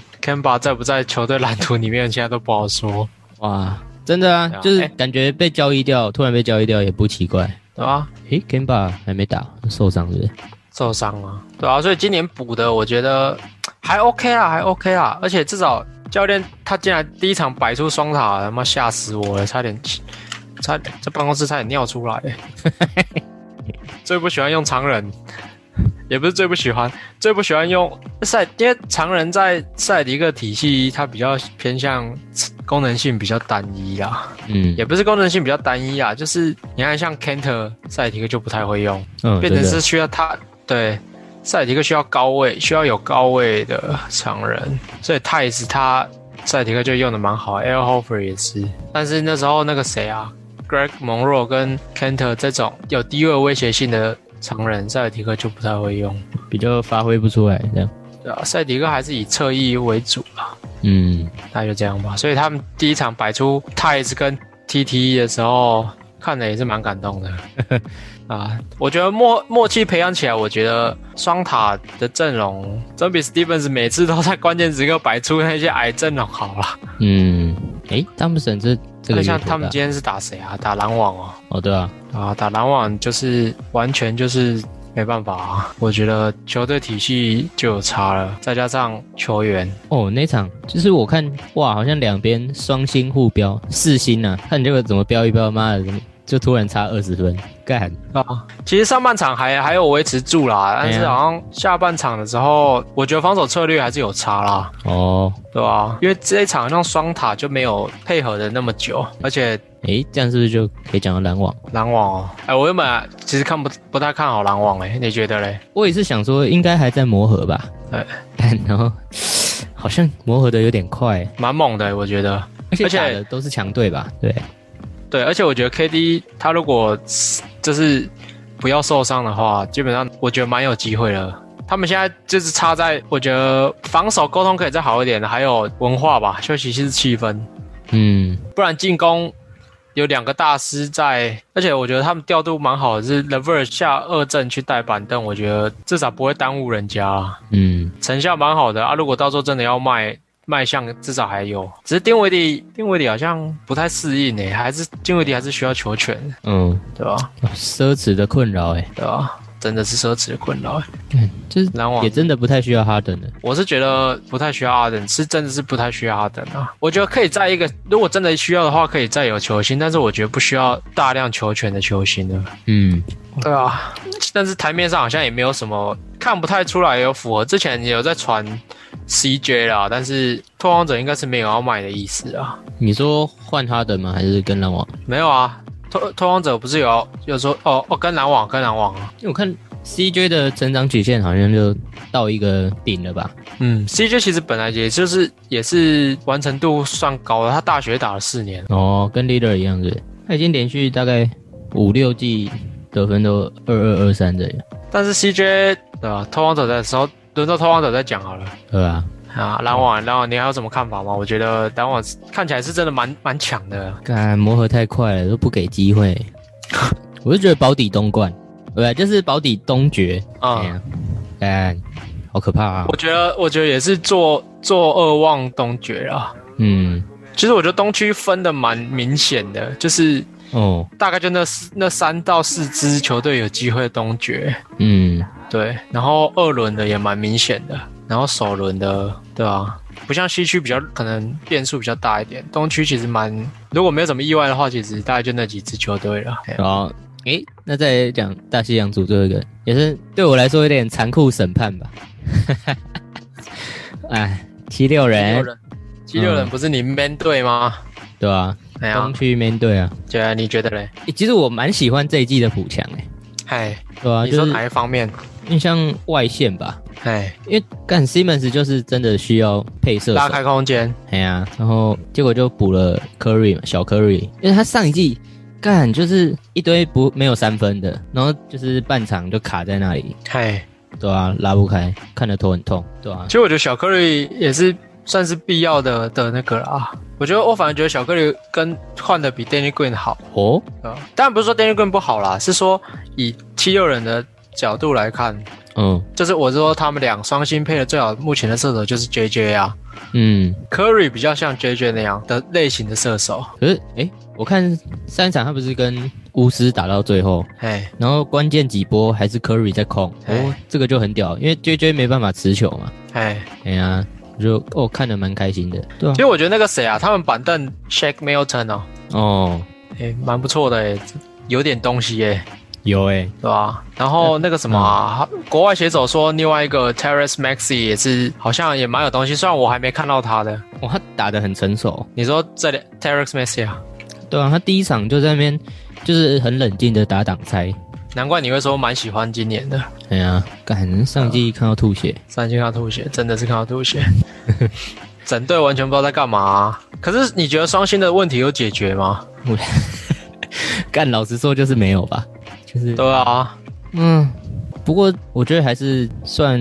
Speaker 2: 在不在球队蓝图里面，现在都不好说，
Speaker 1: 哇，真的啊
Speaker 2: 对，啊
Speaker 1: 就是
Speaker 2: 哎
Speaker 1: 感觉被交易掉，突然被交易掉也不奇怪。
Speaker 2: 对吧？
Speaker 1: 诶 g a m b a 还没打，受伤是不是？
Speaker 2: 受伤啊，对啊，所以今年补的我觉得还 OK 啦，还 OK 啦，而且至少教练他竟然第一场摆出双塔，他妈吓死我了，差点差在办公室差点尿出来。 最不喜欢用常人，也不是最不喜欢，最不喜欢用赛，因为常人在赛迪克体系，它比较偏向功能性比较单一啦，
Speaker 1: 嗯，
Speaker 2: 也不是功能性比较单一啊，就是你看像 Cantor 赛迪克就不太会用。
Speaker 1: 嗯，
Speaker 2: 变成
Speaker 1: 真的
Speaker 2: 是需要他对赛迪克需要高位，需要有高位的常人，所以泰斯他赛迪克就用的蛮好，Air Hofer 也是，但是那时候那个谁啊，Greg Monroe 跟 Cantor 这种有低位威胁性的常人，赛迪克就不太会用。
Speaker 1: 比较发挥不出来这样。
Speaker 2: 对啊，赛迪克还是以侧翼为主啦，
Speaker 1: 嗯，
Speaker 2: 那就这样吧。所以他们第一场摆出泰斯跟 TTE 的时候，看的也是蛮感动的。 啊，我觉得默默契培养起来，我觉得双塔的阵容，真比 Stevens 每次都在关键时刻摆出那些矮阵容好了。
Speaker 1: 嗯，诶，汤普森这这个
Speaker 2: 那像
Speaker 1: 月头
Speaker 2: 他们
Speaker 1: 打
Speaker 2: 今天是打谁啊？打篮网哦，
Speaker 1: 哦，对啊，
Speaker 2: 啊，打篮网就是完全就是没办法啊。我觉得球队体系就有差了，再加上球员，
Speaker 1: 哦那场就是我看哇，好像两边双星互标四星啊，看你这个怎么标一标，妈的怎么就突然差二十分，干，
Speaker 2: 啊，其实上半场还还有维持住啦，但
Speaker 1: 哎
Speaker 2: 是
Speaker 1: 呀
Speaker 2: 好像下半场的时候，我觉得防守策略还是有差啦，
Speaker 1: 哦，
Speaker 2: 对吧、因为这一场那种双塔就没有配合的那么久，而且
Speaker 1: 诶，这样是不是就可以讲到篮网？
Speaker 2: 篮网哦，哎、我原本啊其实看不不太看好篮网、哎，你觉得嘞？
Speaker 1: 我也是想说应该还在磨合吧，
Speaker 2: 对
Speaker 1: 干， 然后好像磨合的有点快，
Speaker 2: 蛮猛的、我觉得。
Speaker 1: 而且
Speaker 2: 而且
Speaker 1: 打的都是强队吧？对，
Speaker 2: 对，而且我觉得 KD 他如果就是不要受伤的话，基本上我觉得蛮有机会的。他们现在就是差在，我觉得防守沟通可以再好一点，还有文化吧，休息室气氛。
Speaker 1: 嗯，
Speaker 2: 不然进攻有两个大师在，而且我觉得他们调度蛮好的，是 l e v e r 下二阵去带板凳，我觉得至少不会耽误人家，
Speaker 1: 嗯，
Speaker 2: 成效蛮好的啊。如果到时候真的要卖卖相，至少还有。只是丁威迪，丁威迪好像不太适应欸诶、还是丁威迪还是需要球权，
Speaker 1: 嗯，
Speaker 2: 对吧？
Speaker 1: 奢侈的困扰哎、
Speaker 2: 对吧？真的是奢侈的困扰。欸
Speaker 1: 就是
Speaker 2: 篮网
Speaker 1: 也真的不太需要哈登的。
Speaker 2: 我是觉得不太需要阿登，是真的是不太需要阿登啊。我觉得可以在一个，如果真的需要的话，可以再有球星，但是我觉得不需要大量球权的球星了。
Speaker 1: 嗯，
Speaker 2: 对啊，但是台面上好像也没有什么看不太出来有符合。之前也有在传 CJ 啦，但是拓荒者应该是没有要卖的意思啊。
Speaker 1: 你说换哈登吗？还是跟篮网？
Speaker 2: 没有啊，拓拓荒者不是有有说哦哦跟篮网跟篮网啊，
Speaker 1: 因为我看 CJ 的成长曲线好像就到一个顶了吧？
Speaker 2: 嗯，CJ 其实本来也就是也是完成度算高的，他大学打了四年。
Speaker 1: 哦，跟 Leader 一样是，他已经连续大概五六季得分都二二二三这样，
Speaker 2: 但是 CJ 对吧？偷王者的时候，轮到偷王者再讲好了
Speaker 1: 对吧？
Speaker 2: 啊。篮网，篮网，你还有什么看法吗？我觉得篮网看起来是真的蛮蛮强的。
Speaker 1: 干磨合太快了，都不给机 会。我就觉得保底东冠，对，啊就是保底东决，哎
Speaker 2: 嗯，
Speaker 1: 呀干，好可怕啊
Speaker 2: 我！觉得，我觉得也是做做二望东决啊。
Speaker 1: 嗯，
Speaker 2: 其实我觉得东区分的蛮明显的，就是
Speaker 1: 哦，
Speaker 2: 大概就那四那三到四支球队有机会东决，
Speaker 1: 嗯，
Speaker 2: 对。然后二轮的也蛮明显的，然后首轮的，对啊，不像西区比较可能变数比较大一点，东区其实蛮，如果没有什么意外的话，其实大概就那几支球队了。
Speaker 1: 然后，诶，那再讲大西洋组最后一个，也是对我来说有点残酷审判吧。哎，七六
Speaker 2: 七六
Speaker 1: 人，
Speaker 2: 人，七六人不是你 man 队吗？
Speaker 1: 对吧、
Speaker 2: 哎
Speaker 1: 啊？
Speaker 2: 呀
Speaker 1: 东，区面对啊、
Speaker 2: 觉得你觉得嘞？
Speaker 1: 诶其实我蛮喜欢这一季的补强诶，
Speaker 2: 哎，
Speaker 1: 对啊，
Speaker 2: 你说
Speaker 1: 就是
Speaker 2: 哪一方面？
Speaker 1: 因为像外线吧，
Speaker 2: 哎，
Speaker 1: 因为干 Simmons 就是真的需要配射
Speaker 2: 拉
Speaker 1: 手，
Speaker 2: 开空间，
Speaker 1: 哎呀、然后结果就补了 Curry 嘛，小 Curry，因为他上一季干就是一堆不没有三分的，然后就是半场就卡在那里，
Speaker 2: 哎，
Speaker 1: 对啊，拉不开，看得头很痛，对啊
Speaker 2: 其，实我觉得小克瑞也是算是必要的的那个啦。我觉得我反而觉得小克瑞跟换的比 Danny Green 好，
Speaker 1: 哦，
Speaker 2: 啊，当然不是说 Danny Green 不好啦，是说以七六人的角度来看，
Speaker 1: 嗯
Speaker 2: 就是我是说他们俩双星配的最好，目前的射手就是 JJ 啊
Speaker 1: 嗯，
Speaker 2: ，Curry 比较像 JJ 那样的类型的射手，
Speaker 1: 可是诶，我看上一场他不是跟巫师打到最后，
Speaker 2: 哎，
Speaker 1: 然后关键几波还是 Curry 在控，
Speaker 2: 哎
Speaker 1: 哦，这个就很屌，因为 JJ 没办法持球嘛，
Speaker 2: 哎。
Speaker 1: 哎呀，我就哦看得蛮开心的，对啊
Speaker 2: 其，实我觉得那个谁啊，他们板凳 Shake Milton 哦，
Speaker 1: 哦，
Speaker 2: 诶、蛮不错的诶、有点东西诶、
Speaker 1: 有诶、
Speaker 2: 对吧、然后那个什么、啊，
Speaker 1: 嗯
Speaker 2: 国外写手说另外一个 Terrace Maxi 也是，好像也蛮有东西，虽然我还没看到他的。
Speaker 1: 哇，他打得很成熟，
Speaker 2: 你说这里 Terrace Maxi 啊，
Speaker 1: 对啊，他第一场就在那边就是很冷静的打挡拆，
Speaker 2: 难怪你会说蛮喜欢今年的，
Speaker 1: 哎呀，感上季看到吐血，
Speaker 2: 三星看到吐血，真的是看到吐血，整队完全不知道在干嘛啊、可是你觉得双星的问题有解决吗？
Speaker 1: 干老实说就是没有吧，就是
Speaker 2: 对啊，
Speaker 1: 嗯，不过我觉得还是算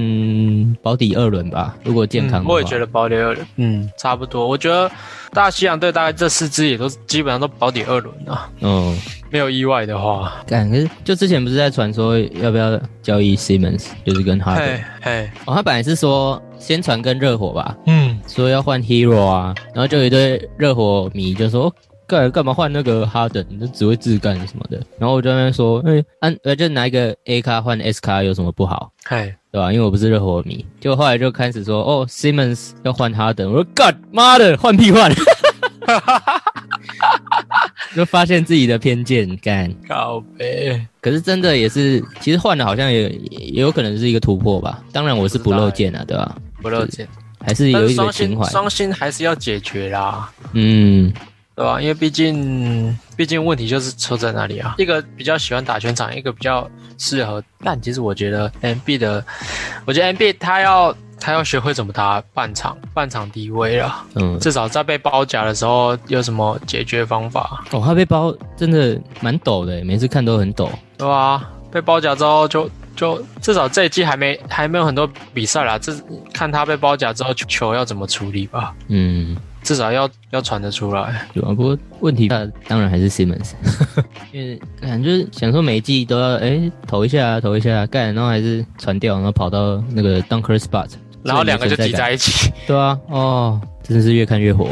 Speaker 1: 保底二轮吧，如果健康的
Speaker 2: 嗯
Speaker 1: 话、
Speaker 2: 我也觉得保底二轮，嗯，差不多。我觉得大西洋队大概这四支也都基本上都保底二轮啊，
Speaker 1: 嗯，
Speaker 2: 没有意外的话，
Speaker 1: 感可是就之前不是在传说要不要交易 Simmons，就是跟哈登
Speaker 2: 嘿，嘿，
Speaker 1: 哦，他本来是说先传跟热火吧，
Speaker 2: 嗯，
Speaker 1: 说要换 Hero 啊，然后就有一堆热火迷就说。哦干干嘛换那个哈登？你就只会自干什么的。然后我就在那边说，哎、安、呃，就拿一个 A 卡换 S 卡有什么不好，
Speaker 2: 嘿，
Speaker 1: 对吧、因为我不是热火迷。结果后来就开始说，哦，Simmons 要换哈登。我说，God 妈的，换屁换！ 就发现自己的偏见，干。
Speaker 2: 告别。
Speaker 1: 可是真的也是，其实换了好像也也有可能是一个突破吧。当然我是不露剑啊，对吧、
Speaker 2: 不乐见，
Speaker 1: 还是
Speaker 2: 但
Speaker 1: 有
Speaker 2: 是
Speaker 1: 一个
Speaker 2: 双
Speaker 1: 情
Speaker 2: 星
Speaker 1: 怀。
Speaker 2: 双星还是要解决啦，
Speaker 1: 嗯，
Speaker 2: 对吧？因为毕竟毕竟问题就是出在那里啊。一个比较喜欢打全场，一个比较适合。但其实我觉得 M B 的，我觉得 M B 他要他要学会怎么打半场半场低位啦，
Speaker 1: 嗯，
Speaker 2: 至少在被包夹的时候有什么解决方法，
Speaker 1: 哦，他被包真的蛮抖的，欸每次看都很抖。
Speaker 2: 对吧？被包夹之后就。就至少这一季还没还没有很多比赛啦，这看他被包夹之后球球要怎么处理吧，
Speaker 1: 嗯，
Speaker 2: 至少要要传得出来。
Speaker 1: 对啊。不过问题大当然还是 Simmons，因为感觉就是想说每一季都要哎、投一下投一下干，然后还是传掉，然后跑到那个 dunker spot，
Speaker 2: 然后两个就挤在一 起。
Speaker 1: 对啊，哦，真的是越看越火。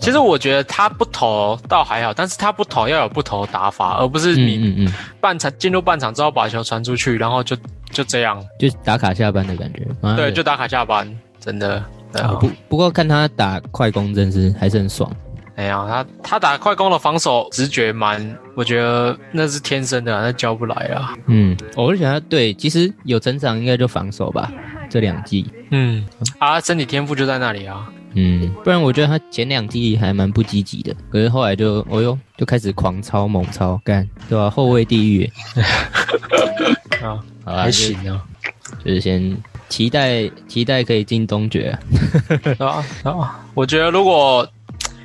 Speaker 2: 其实我觉得他不投倒还好，但是他不投要有不投打法，而不是
Speaker 1: 嗯
Speaker 2: 你
Speaker 1: 嗯嗯，
Speaker 2: 半场进入半场之后把球传出去，然后就就这样，
Speaker 1: 就打卡下班的感觉。妈
Speaker 2: 对，
Speaker 1: 的
Speaker 2: 就打卡下班，真的。对哎啊
Speaker 1: 啊不不过看他打快攻真是还是很爽。
Speaker 2: 没有哎他，他打快攻的防守直觉蛮，我觉得那是天生的啊、那教不来啊。
Speaker 1: 嗯，我就想他对，其实有成长应该就防守吧，这两季。
Speaker 2: 嗯，啊，身体天赋就在那里啊。
Speaker 1: 嗯，不然我觉得他前两季还蛮不积极的，可是后来就，哦哟，就开始狂抄猛抄，干，对吧、后卫地狱，
Speaker 2: 啊，
Speaker 1: 好啦
Speaker 2: 还，行啊，
Speaker 1: 就就是先期待期待可以进东决、啊，
Speaker 2: 对啊，对啊。我觉得如果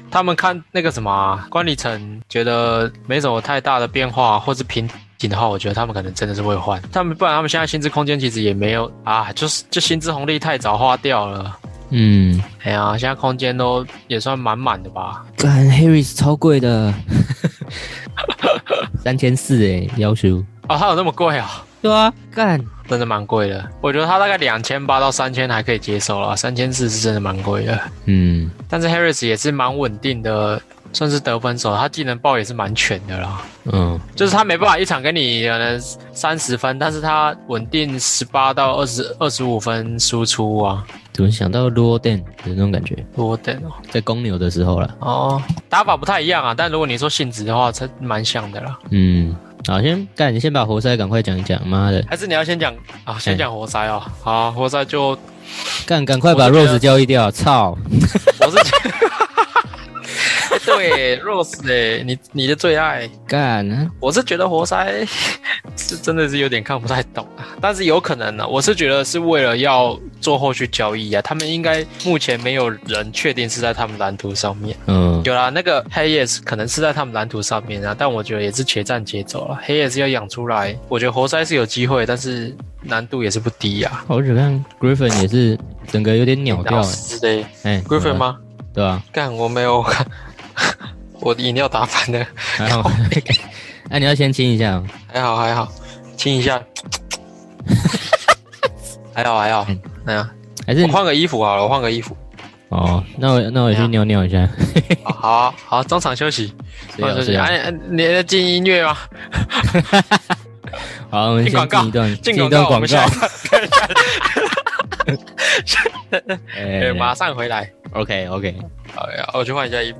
Speaker 2: 他们看那个什么啊管理层觉得没什么太大的变化或是瓶颈的话，我觉得他们可能真的是会换。他们不然他们现在薪资空间其实也没有啊， 就是就薪资红利太早花掉了。
Speaker 1: 嗯，
Speaker 2: 哎呀，现在空间都也算满满的吧。
Speaker 1: 干 Harris 超贵的， 三千四哎，要求，
Speaker 2: 啊，他有那么贵啊？
Speaker 1: 对啊，干，
Speaker 2: 真的蛮贵的。我觉得他大概两千八到三千还可以接受了，三千四是真的蛮贵的。
Speaker 1: 嗯，
Speaker 2: 但是 Harris 也是蛮稳定的，算是得分手，他技能爆也是蛮全的啦。
Speaker 1: 嗯，
Speaker 2: 就是他没办法一场给你可能三十分，但是他稳定十八到二十二十五分输出啊。
Speaker 1: 怎么想到 l o d e n 的那种感觉，
Speaker 2: 多等哦，
Speaker 1: 在公牛的时候了，
Speaker 2: 哦，打法不太一样啊，但如果你说性质的话，它蛮像的啦。
Speaker 1: 嗯，好，先干，先把活塞赶快讲一讲，妈的，
Speaker 2: 还是你要先讲啊，先讲活塞哦。好啊，活塞就
Speaker 1: 干，赶快把
Speaker 2: 我是觉得
Speaker 1: Rose 交易掉，操，
Speaker 2: 我是觉得 对 Rose 哎、你你的最爱。
Speaker 1: 干，啊
Speaker 2: 我是觉得活塞 是真的是有点看不太懂啊，但是有可能呢、我是觉得是为了要做后续交易啊，他们应该目前没有人确定是在他们蓝图上面。
Speaker 1: 嗯。
Speaker 2: 有啦，那个黑夜是可能是在他们蓝图上面啊，但我觉得也是且战且走了。黑夜是要养出来，我觉得活塞是有机会，但是难度也是不低啊。
Speaker 1: 我只看 Griffin 也是整个有点鸟掉
Speaker 2: 然
Speaker 1: 欸
Speaker 2: 后是的
Speaker 1: 哎、欸、
Speaker 2: ，Griffin？吗？
Speaker 1: 对啊，
Speaker 2: 干，我没有， 我的饮料打翻了，
Speaker 1: 还好。
Speaker 2: 哦
Speaker 1: 那、你要先亲一下、哦，
Speaker 2: 还好还好，亲 一下，还好还好
Speaker 1: 嗯，
Speaker 2: 哎呀。
Speaker 1: 还是
Speaker 2: 我换个啊衣服好了，我换个衣 服。
Speaker 1: 哦？那我那我也去尿尿一下。
Speaker 2: 好好啊好，中场休息，
Speaker 1: 是
Speaker 2: 中场
Speaker 1: 啊
Speaker 2: 休
Speaker 1: 是
Speaker 2: 息。
Speaker 1: 啊。
Speaker 2: 哎，哎你在进音乐吗？
Speaker 1: 好，我们
Speaker 2: 进
Speaker 1: 先
Speaker 2: 广告
Speaker 1: 进一段
Speaker 2: 进
Speaker 1: 一
Speaker 2: 广
Speaker 1: 段
Speaker 2: 告，我
Speaker 1: 广
Speaker 2: 们下
Speaker 1: 告
Speaker 2: 一。段。
Speaker 1: 哎
Speaker 2: 对，马上回来。
Speaker 1: OK OK。
Speaker 2: 好呀，我去换一下衣服。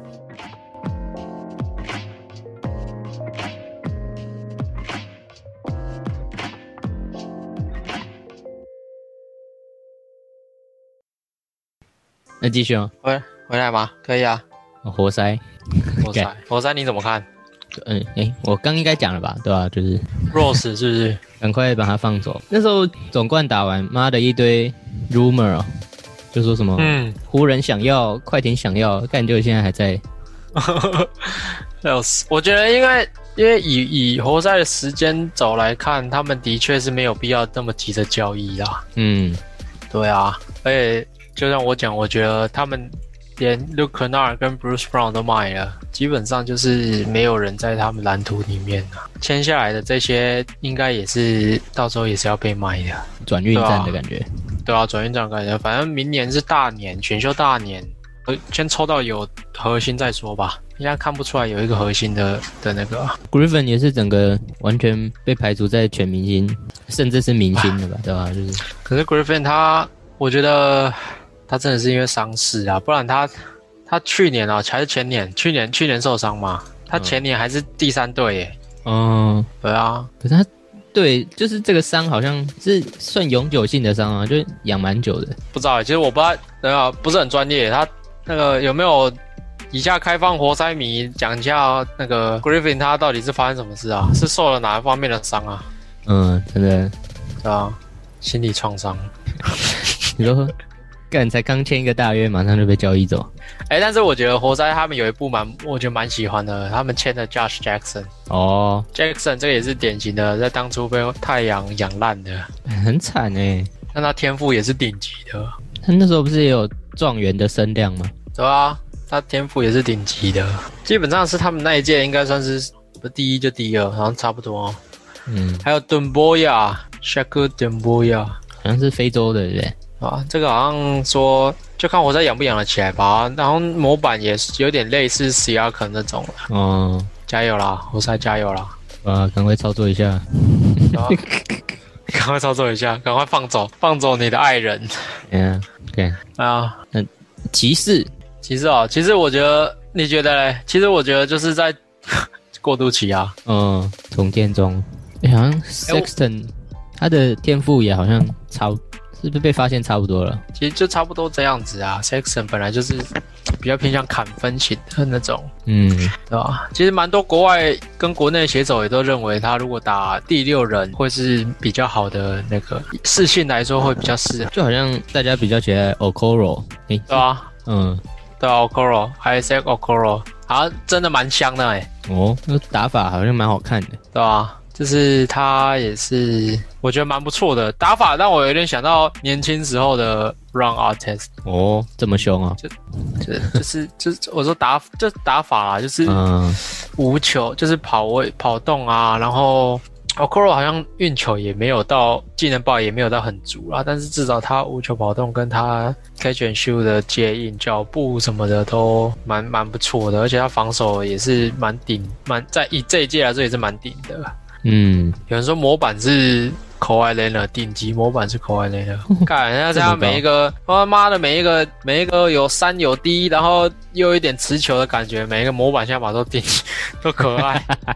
Speaker 1: 那继续哦。
Speaker 2: 回来吗？可以 啊。
Speaker 1: 哦活塞，
Speaker 2: 活塞，活塞你怎么看
Speaker 1: 嗯，哎、我刚应该讲了吧？对吧、就是
Speaker 2: ？Rose 是不是？
Speaker 1: 赶快把他放走。那时候总冠打完，妈的一堆 rumor 哦，就说什么、
Speaker 2: 嗯，
Speaker 1: 湖人想要，快艇想要，但就现在还在。
Speaker 2: 嗯 Rose，我觉得因为因为以以活塞的时间轴来看，他们的确是没有必要那么急着交易啦。
Speaker 1: 嗯
Speaker 2: 对啊，而且就像我讲，我觉得他们连 Luke k n a r 跟 Bruce Brown 都卖了，基本上就是没有人在他们蓝图里面啊。签下来的这些，应该也是到时候也是要被卖的。
Speaker 1: 转运
Speaker 2: 对啊
Speaker 1: 站的感觉。
Speaker 2: 对啊，转运站感觉，反正明年是大年，选秀大年，呃，先抽到有核心再说吧。现在看不出来有一个核心的的那个啊，
Speaker 1: Griffin 也是整个完全被排除在全明星，甚至是明星的吧，对吧、就是
Speaker 2: 可是 Griffin 他，我觉得他真的是因为伤势啊，不然他他去年啊还是前年，去年去年受伤嘛，他前年还是第三队耶。
Speaker 1: 嗯，
Speaker 2: 对啊，
Speaker 1: 可是他对，就是这个伤好像是算永久性的伤啊，就是养蛮久的。
Speaker 2: 不知道耶，其实我不知道，对啊，不是很专业。他那个有没有以下开放活塞迷讲一下那个 Griffin 他到底是发生什么事啊？是受了哪一方面的伤啊？
Speaker 1: 嗯，真的，
Speaker 2: 对啊，心理创伤。
Speaker 1: 你说干才刚签一个大约，马上就被交易走。
Speaker 2: 哎、但是我觉得活塞他们有一部蛮，我觉得蛮喜欢的，他们签的 Josh Jackson。
Speaker 1: 哦，
Speaker 2: Jackson 这个也是典型的，在当初被太阳养烂的，
Speaker 1: 很惨哎、
Speaker 2: 但他天赋也是顶级的，
Speaker 1: 他那时候不是也有状元的声量吗？
Speaker 2: 对啊，他天赋也是顶级的，基本上是他们那一届应该算是不第一就第二，好像差不多、哦。
Speaker 1: 嗯，
Speaker 2: 还有顿波亚，夏克顿波亚，
Speaker 1: 好像是非洲的，对不对？
Speaker 2: 啊，这个好像说就看活塞养不养得起来吧。然后模板也是有点类似 C R 肯那种，
Speaker 1: 哦，
Speaker 2: 加油啦，活塞加油啦！
Speaker 1: 啊，赶快操作一下。
Speaker 2: 然后 赶快操作一下，赶快放走，放走你的爱人
Speaker 1: 嗯，OK，
Speaker 2: 啊！
Speaker 1: 骑士
Speaker 2: 其实啊，其实我觉得，你觉得嘞？其实我觉得就是在 过渡期啊。
Speaker 1: 嗯，重建中，欸、好像 Sexton、他的天赋也好像差不，是不是被发现差不多了？
Speaker 2: 其实就差不多这样子啊。Sexton 本来就是比较偏向砍分型的那种，
Speaker 1: 嗯，
Speaker 2: 对吧？其实蛮多国外跟国内写手也都认为，他如果打第六人会是比较好的那个适性来说会比较适合，
Speaker 1: 就好像大家比较喜欢 Okoro，诶、
Speaker 2: 对吧？
Speaker 1: 嗯，
Speaker 2: 对啊，Okoro，还有 Isaac Okoro，好像真的蛮香的哎、
Speaker 1: 哦，那个打法好像蛮好看的。
Speaker 2: 对啊，就是他也是，我觉得蛮不错的打法，让我有点想到年轻时候的 Run Artist，
Speaker 1: 哦，这么凶啊？
Speaker 2: 就就是 就是我说打就打法啦，就是
Speaker 1: 嗯，
Speaker 2: 无球，就是跑位跑动啊，然后 Okoro 好像运球也没有到，技能爆也没有到很足啊，但是至少他无球跑动跟他 catch and shoot 的接应、脚步什么的都蛮蛮不错的，而且他防守也是蛮顶，蛮在以这一届来说也是蛮顶的。
Speaker 1: 嗯，
Speaker 2: 有人说模板是 k a w i l e n a 顶级模板是 k a w i l e n a 干人家
Speaker 1: 这
Speaker 2: 这
Speaker 1: 么高
Speaker 2: 样每一个他妈的每一个每一个有三有低，然后又有一点持球的感觉，每一个模板下把都顶 都可爱。啊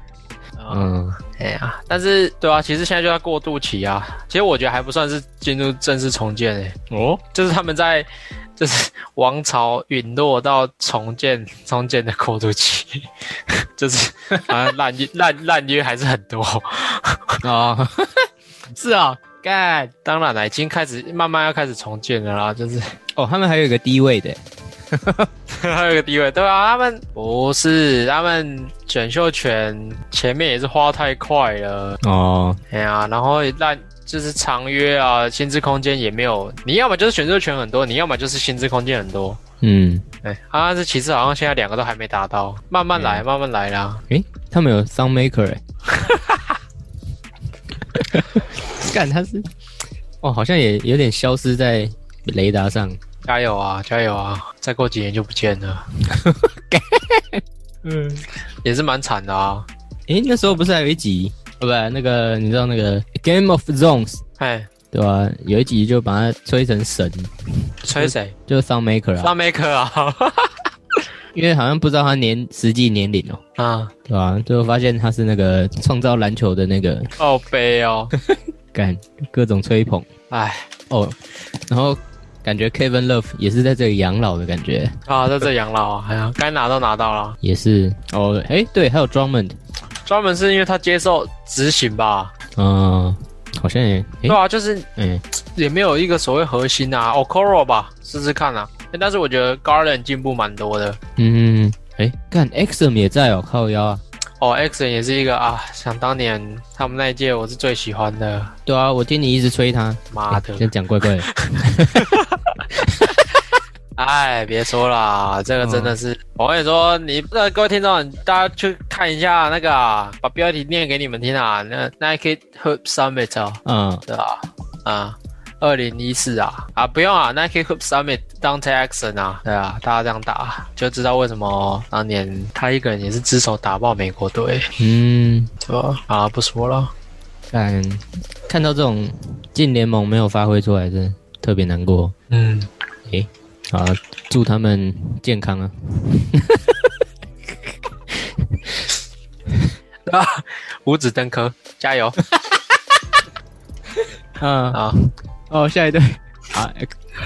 Speaker 1: 嗯，
Speaker 2: 哎呀，但是对啊，其实现在就在过渡期啊。其实我觉得还不算是进入正式重建诶、
Speaker 1: 哦，
Speaker 2: 就是他们在就是王朝陨落到重建重建的过渡期， 就是啊烂约烂烂约还是很多。
Speaker 1: 哦， 是啊，干，
Speaker 2: 当然了，已经开始慢慢要开始重建了啦， 就是
Speaker 1: 哦，他们还有一个低位的，
Speaker 2: 还有一个地位，对啊，他们不是他们选秀权前面也是花太快了，
Speaker 1: 哦，
Speaker 2: 哎呀，然后让就是长约啊，薪资空间也没有，你要么就是选秀权很多，你要么就是薪资空间很多。
Speaker 1: 嗯，
Speaker 2: 哎，啊，这其实好像现在两个都还没达到，慢慢
Speaker 1: 嗯
Speaker 2: 来，慢慢来啦。
Speaker 1: 诶、他们有 Sound Maker，哎、 干，他是，哦，好像也有点消失在雷达上，
Speaker 2: 加油啊，加油啊！再过几年就不见了，
Speaker 1: 嗯，
Speaker 2: 也是蛮惨的啊。
Speaker 1: 诶、那时候不是还有一集，哦，不，那个你知道那个 Game of Zones
Speaker 2: 哎，
Speaker 1: 对吧、有一集就把它吹成神，
Speaker 2: 吹谁？
Speaker 1: 就是 Sound Maker 啊，
Speaker 2: 拉梅克 啊，
Speaker 1: 因为好像不知道他年实际年龄哦。
Speaker 2: 啊，
Speaker 1: 对吧、最后发现他是那个创造篮球的那个
Speaker 2: 好悲哦，
Speaker 1: 干各种吹捧
Speaker 2: 哎。
Speaker 1: 哦，然后感觉 Kevin Love 也是在这里养老的感觉，
Speaker 2: 啊，在这养老啊，哎呀，该拿都拿到了。
Speaker 1: 也是哦，诶，对，还有 Drummond，
Speaker 2: 专门是因为他接受执行吧，
Speaker 1: 嗯、好像也，诶，
Speaker 2: 对啊，就是
Speaker 1: 嗯、
Speaker 2: 也没有一个所谓核心啊，Okoro 吧，试试看啊。欸但是我觉得 Garland 进步蛮多的，
Speaker 1: 嗯，诶，干 Exum 也在哦，靠腰啊，
Speaker 2: 哦，Xen 也是一个啊，想当年他们那一届我是最喜欢的，
Speaker 1: 对啊，我听你一直吹他，诶
Speaker 2: 妈的
Speaker 1: 这，样讲怪怪的，
Speaker 2: 哎，别说啦，这个真的
Speaker 1: 嗯
Speaker 2: 是，我跟你说，你那各位听众，大家去看一下那个、啊，把标题念给你们听啊，那 Nike Hoop Summit 哦，
Speaker 1: 嗯，
Speaker 2: 对啊，啊，二零一四啊，啊不用啊，Nike Hoop Summit Dante Action 啊，对啊，大家这样打就知道为什么当年他一个人也是只手打爆美国队，
Speaker 1: 嗯，
Speaker 2: 对吧？啊，不说了，
Speaker 1: 干，看到这种进联盟没有发挥出来，真的特别难过
Speaker 2: 嗯，
Speaker 1: 啊，祝他们健康啊，
Speaker 2: 五指登科，加油
Speaker 1: 嗯、
Speaker 2: 啊！
Speaker 1: 哦，下一队啊，呃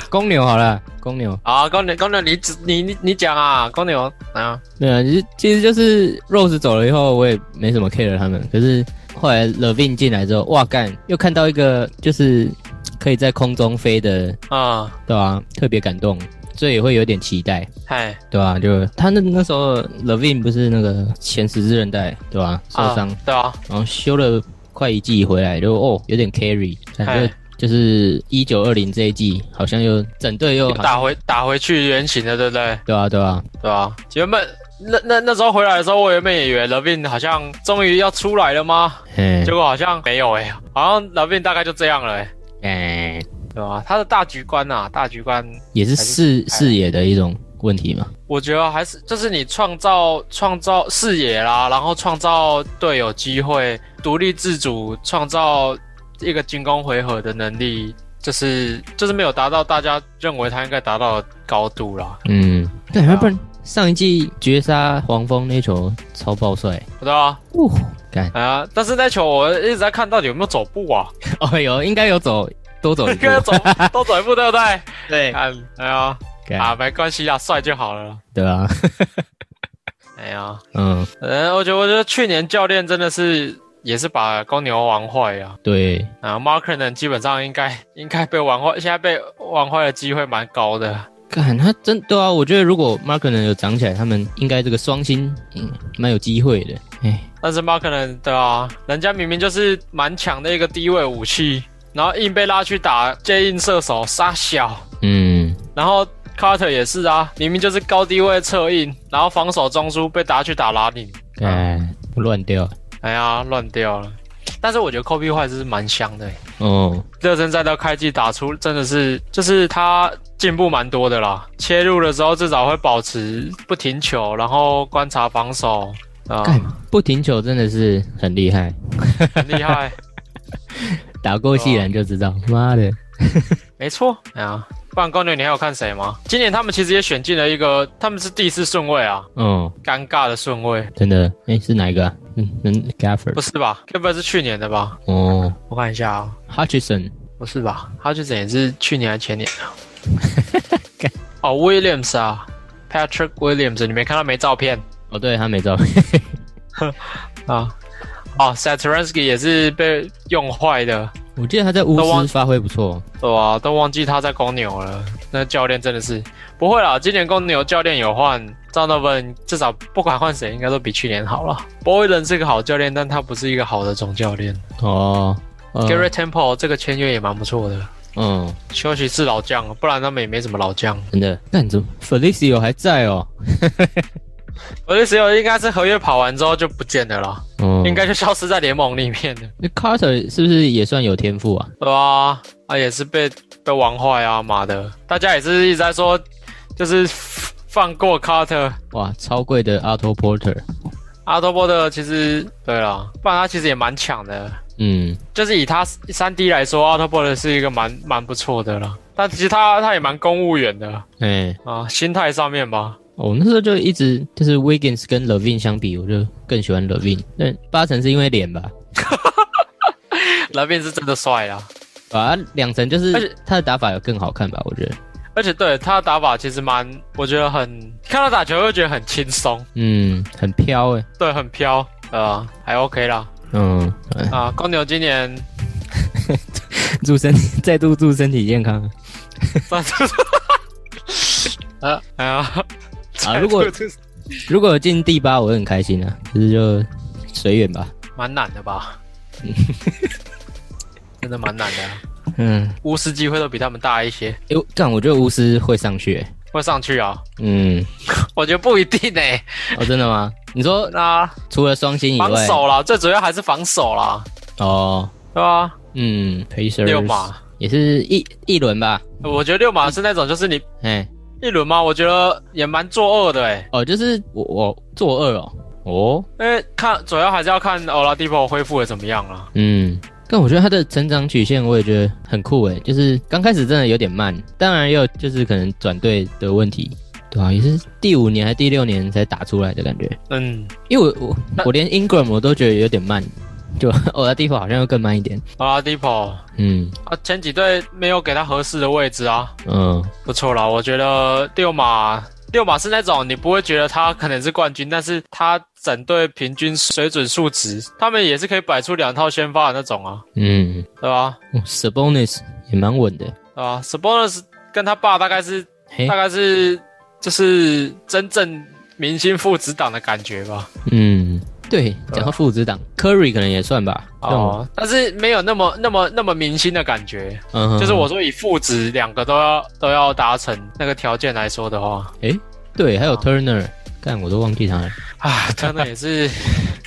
Speaker 1: 公牛好了，公牛，
Speaker 2: 好，啊公牛，公牛，你只你你你讲啊，公牛啊，
Speaker 1: 对啊，其实其实就是 Rose 走了以后，我也没什么 care 他们，可是后来 Levin 进来之后，哇干，又看到一个就是可以在空中飞的，
Speaker 2: 啊，
Speaker 1: 对啊，特别感动，所以也会有点期待，
Speaker 2: 嗨，
Speaker 1: 对啊，就他
Speaker 2: 嗯
Speaker 1: 那那时候 Levin 不是那个前十字韧带，对吧、受
Speaker 2: 啊
Speaker 1: 伤，
Speaker 2: 对啊，
Speaker 1: 然后休了快一季回来，就哦有点 carry，感觉
Speaker 2: 哎
Speaker 1: 就是一九二零这一季好像又整队又好
Speaker 2: 又
Speaker 1: 像
Speaker 2: 打回打回去原形了，对不对？
Speaker 1: 对啊对啊，
Speaker 2: 对啊，原本那那那时候回来的时候，我原本也以为 Levin 好像终于要出来了吗？
Speaker 1: 嗯
Speaker 2: 结。果好像没有哎、好像老病大概就这样了、欸。
Speaker 1: 哎，
Speaker 2: 对吧、他的大局观呐、大局观，
Speaker 1: 也是
Speaker 2: 还是
Speaker 1: 视
Speaker 2: 哎
Speaker 1: 视野的一种问题嘛。
Speaker 2: 我觉得还是就是你创造创造视野啦，然后创造队友机会，独立自主，创造一个进攻回合的能力，就是就是没有达到大家认为他应该达到的高度啦。
Speaker 1: 嗯，对，
Speaker 2: 啊
Speaker 1: 要不然上一季绝杀黄蜂那球超爆帅，
Speaker 2: 对啊，
Speaker 1: 哦，干，
Speaker 2: 啊，但是那球我一直在看到底有没有走步啊，
Speaker 1: 哦有应该有走多走一
Speaker 2: 应
Speaker 1: 步，
Speaker 2: 该走都走一步对 不对？
Speaker 1: 对，
Speaker 2: 看，哎呀，
Speaker 1: 干
Speaker 2: 啊，没关系啦，帅就好了。
Speaker 1: 对啊，
Speaker 2: 哎呀，
Speaker 1: 嗯，
Speaker 2: 嗯，我觉得我觉得去年教练真的是也是把公牛玩坏呀、
Speaker 1: 对，
Speaker 2: 啊，m a r k 呢，基本上应该应该被玩坏，现在被玩坏的机会蛮高的。
Speaker 1: 干他真对啊，我觉得如果 m a r k 能有长起来，他们应该这个双星嗯蛮有机会的，哎，
Speaker 2: 但是 m a r k 呢，对啊，人家明明就是蛮强的一个低位武器，然后硬被拉去打接应射手杀小，
Speaker 1: 嗯，
Speaker 2: 然后 Carter 也是啊，明明就是高低位策应，然后防守中枢被打去打拉拧，
Speaker 1: 干啊乱掉，
Speaker 2: 哎呀，乱掉了。但是我觉得 Kobe 坏是蛮香的欸、
Speaker 1: 哦，
Speaker 2: 热身赛到开季打出真的是，就是他进步蛮多的啦。切入的时候至少会保持不停球，然后观察防守，啊、
Speaker 1: 干不停球真的是很厉害，
Speaker 2: 很厉害，
Speaker 1: 打过细篮就知道，哦妈的，
Speaker 2: 没错。哎呀，不然公牛你还有看谁吗？今年他们其实也选进了一个，他们是第四顺位啊，
Speaker 1: 哦，
Speaker 2: 尴尬的顺位，
Speaker 1: 真的，哎是哪一个、啊？嗯嗯
Speaker 2: 不
Speaker 1: ，Gaffer，
Speaker 2: 是吧？该不会是去年的吧？
Speaker 1: 哦
Speaker 2: 我看一下啊、
Speaker 1: ，Hutchison，
Speaker 2: 不是吧？他就也是去年还前年 的。哦，Williams 啊，Patrick Williams，你没看到没照片？
Speaker 1: 哦对他没照
Speaker 2: 啊，哦 s a t u r a n s k y 也是被用坏的，
Speaker 1: 我记得他在巫师发挥不错，
Speaker 2: 对吧、都忘记他在公牛了。那教练真的是不会啦，今年公牛教练有换 j o n o 至少不管换谁，应该都比去年好了。Boylan 是个好教练，但他不是一个好的总教练。
Speaker 1: 哦，呃
Speaker 2: Gary Temple 这个签约也蛮不错的，
Speaker 1: 嗯，
Speaker 2: 休息室老将，不然他们也没什么老将。
Speaker 1: 真的，干怎么 Felicio 还在哦，
Speaker 2: 我的室友应该是合约跑完之后就不见了啦，
Speaker 1: 哦，
Speaker 2: 应该就消失在联盟里面了，
Speaker 1: 那 Carter 是不是也算有天赋啊？
Speaker 2: 对吧？啊，也是被被玩坏啊，妈的！大家也是一直在说，就是放过 Carter。
Speaker 1: 哇，超贵的 Otto Porter，
Speaker 2: 阿多波特其实对啦，不然他其实也蛮强的，
Speaker 1: 嗯，
Speaker 2: 就是以他三 D 来说，阿多波特是一个蛮蛮不错的啦。但其实他他也蛮公务员的
Speaker 1: 哎、
Speaker 2: 啊，心态上面吧。
Speaker 1: 我那时候就一直就是 Wiggins 跟 Levin 相比，我就更喜欢 Levin，那八成是因为脸吧，
Speaker 2: 那边是真的帅啦，
Speaker 1: 啊，两成就
Speaker 2: 而
Speaker 1: 是
Speaker 2: 且
Speaker 1: 他的打法有更好看吧，我觉得，
Speaker 2: 而且对他的打法其实蛮，我觉得很看他打球会觉得很轻松，
Speaker 1: 嗯，很飘哎、
Speaker 2: 对，很飘，呃，还 OK 啦。
Speaker 1: 嗯，哎
Speaker 2: 啊，公牛今年，
Speaker 1: 祝身再度祝身体 健康
Speaker 2: 啊， 哎呀，
Speaker 1: 啊！
Speaker 2: 哎
Speaker 1: 如果如果有进第八，我会很开心啊，只是就随缘吧。
Speaker 2: 蛮难的吧， 真的蛮难的啊、
Speaker 1: 嗯，
Speaker 2: 巫师机会都比他们大一些，
Speaker 1: 诶我干，我觉得巫师会上去、欸。
Speaker 2: 会上去啊？
Speaker 1: 嗯，
Speaker 2: 我觉得不一定诶、
Speaker 1: 哦，真的吗？你说
Speaker 2: 那
Speaker 1: 除了双星以
Speaker 2: 防
Speaker 1: 外，
Speaker 2: 守啦，最主要还是防守啦，
Speaker 1: 哦，
Speaker 2: 对吧？
Speaker 1: 嗯，Pacers
Speaker 2: 六码，
Speaker 1: 也是一一轮吧？
Speaker 2: 我觉得六码是那种就是你
Speaker 1: 哎，
Speaker 2: 一轮吗？我觉得也蛮作恶的诶、
Speaker 1: 哦，就是我我做二哦，哦，
Speaker 2: 因为看主要还是要看欧拉迪波恢复的怎么样啦。
Speaker 1: 嗯。但我觉得他的成长曲线，我也觉得很酷诶，就是刚开始真的有点慢，当然也有就是可能转队的问题，对啊，也是第五年还第六年才打出来的感觉，
Speaker 2: 嗯，
Speaker 1: 因为我我
Speaker 2: 那
Speaker 1: 我连 Ingram 我都觉得有点慢，就我的地方好像又更慢一点，
Speaker 2: 欧拉迪波
Speaker 1: 嗯
Speaker 2: 啊，前几队没有给他合适的位置啊，
Speaker 1: 嗯
Speaker 2: 不错啦，我觉得六马六马是那种你不会觉得他可能是冠军，但是他整队平均水准数值，他们也是可以摆出两套先发的那种啊，
Speaker 1: 嗯，
Speaker 2: 对吧？
Speaker 1: 哦 Sabonis 也蛮稳的，
Speaker 2: 对吧 s a b o n i s 跟他爸大概是
Speaker 1: 嘿
Speaker 2: 大，概是就是真正明星父子档的感觉吧。
Speaker 1: 嗯，对，
Speaker 2: 啊
Speaker 1: 讲到父子档，Curry 可能也算吧，
Speaker 2: 哦，但是没有那么那么那么明星的感觉，
Speaker 1: 这种，嗯哼，
Speaker 2: 就是我说以父子两个都要都要达成那个条件来说的话，
Speaker 1: 对，还有 Turner，干我都忘记他了，
Speaker 2: 啊，真的也是，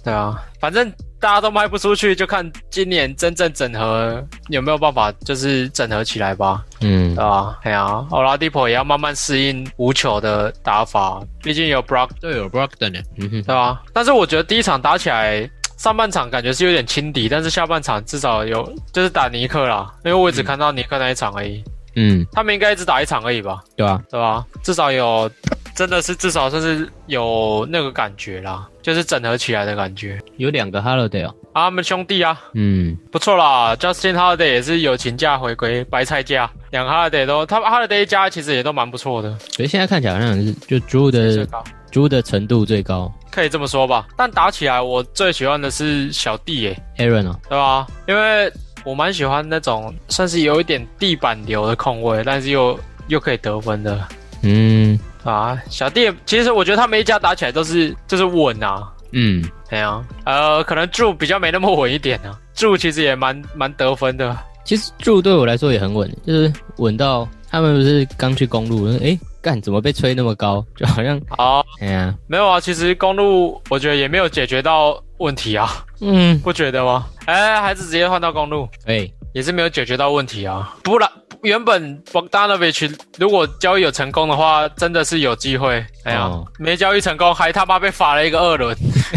Speaker 2: 对啊，反正大家都卖不出去，就看今年真正整合有没有办法，就是整合起来吧，
Speaker 1: 嗯
Speaker 2: 对，吧？哎呀、奥拉迪波也要慢慢适应无球的打法，毕竟有 Brock，
Speaker 3: 队友 Brogdon 呢？
Speaker 1: 嗯哼，
Speaker 2: 对啊吧？但是我觉得第一场打起来。上半场感觉是有点轻敌，但是下半场至少有就是打尼克啦，因为我只看到尼克那一场而已，
Speaker 1: 嗯，
Speaker 2: 他们应该只打一场而已吧？
Speaker 1: 对啊，
Speaker 2: 对吧？至少有，真的是至少算是有那个感觉啦，就是整合起来的感觉。
Speaker 1: 有两个 holiday 哦，
Speaker 2: 啊，他们兄弟啊，
Speaker 1: 嗯，
Speaker 2: 不错啦，Justin Holiday 也是有请假回归，白菜价，两个 Holiday 都，他们 Holiday 一家其实也都蛮不错的，
Speaker 1: 所以现在看起来好像是就猪的
Speaker 2: 高
Speaker 1: 猪的程度最高
Speaker 2: 可以这么说吧。但打起来，我最喜欢的是小弟耶、
Speaker 1: ，Aaron 哦，
Speaker 2: 对吧？因为我蛮喜欢那种算是有一点地板流的控卫，但是又又可以得分的
Speaker 1: 嗯
Speaker 2: 啊。小弟也，其实我觉得他们一家打起来都是就是稳啊，
Speaker 1: 嗯，
Speaker 2: 对啊，呃，可能柱比较没那么稳一点啊，柱其实也蛮蛮得分的，
Speaker 1: 其实住对我来说也很稳，就是稳到他们不是刚去公路，诶，干怎么被吹那么高，就好像
Speaker 2: 好，
Speaker 1: 哎呀，
Speaker 2: 没有啊，其实公路我觉得也没有解决到问题啊，
Speaker 1: 嗯，
Speaker 2: 不觉得吗？哎，还是直接换到公路，
Speaker 1: 哎，
Speaker 2: 也是没有解决到问题啊。不然原本 Bogdanovich 如果交易有成功的话，真的是有机会。哎呀，
Speaker 1: 哦
Speaker 2: 没交易成功，还他妈被罚了一个二轮，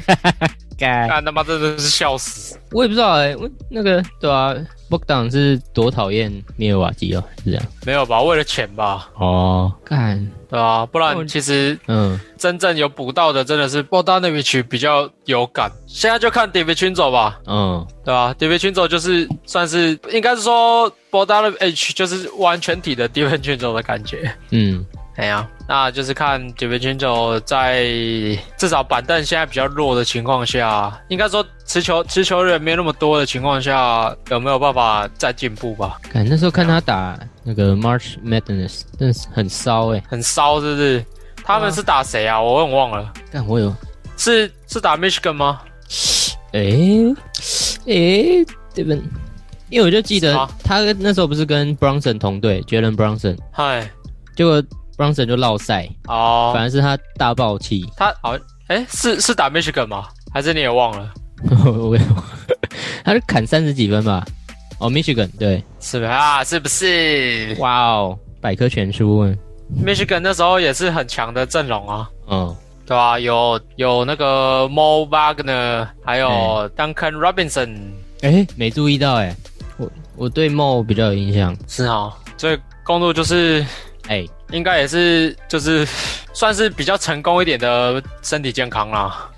Speaker 2: 哎
Speaker 1: 该
Speaker 2: 干他妈真的是笑死。
Speaker 1: 我也不知道哎、我那个对啊 b o g d a n 是多讨厌密尔瓦基哦，是这样
Speaker 2: 没有吧？为了钱吧，
Speaker 1: 哦，干，
Speaker 2: 对吧、不
Speaker 1: 那我
Speaker 2: 然其实
Speaker 1: 嗯，
Speaker 2: 真正有补到的真的是 b o d a n o v i c 比较有感，现在就看 d i v i c i n 走吧，
Speaker 1: 嗯，
Speaker 2: 对吧、d i v i c i n 走就是算是应该是说 b o d a n o v i c 就是完全体的 d i v i c i n 走的感觉。
Speaker 1: 嗯，
Speaker 2: 哎呀，那就是看 d i v i c i n 走在至少板凳现在比较弱的情况下，应该说持球持球人没有那么多的情况下，有没有办法再进步吧？
Speaker 1: 干那时候看他打那个 March Madness，真的是很骚哎、
Speaker 2: 很骚是不是？他们是打谁啊？我有点忘了，
Speaker 1: 干我有，
Speaker 2: 是是打 Michigan 吗？
Speaker 1: 哎、哎、对吧？因为我就记得
Speaker 2: 是吗
Speaker 1: 他那时候不是跟 Bronson 同队，Jalen Bronson，
Speaker 2: 嗨，
Speaker 1: 结果 Bronson 就落赛，
Speaker 2: 哦，
Speaker 1: 反而是他大爆气，
Speaker 2: 他好，哎、是是打 Michigan 吗？还是你也忘了？
Speaker 1: 我他是砍三十几分吧？哦，Michigan 对，
Speaker 2: 是吧？啊，是不是
Speaker 1: 哇哦，百科全书嗯。
Speaker 2: ？Michigan 那时候也是很强的阵容啊，
Speaker 1: 哦，
Speaker 2: 对吧、有有那个 Mo Wagner，还有 Duncan Robinson，
Speaker 1: 哎，没注意到哎、我我对梦比较有印象。
Speaker 2: 是哦。所以公路就是
Speaker 1: 哎，
Speaker 2: 应该也是就是算是比较成功一点的身体健康啦。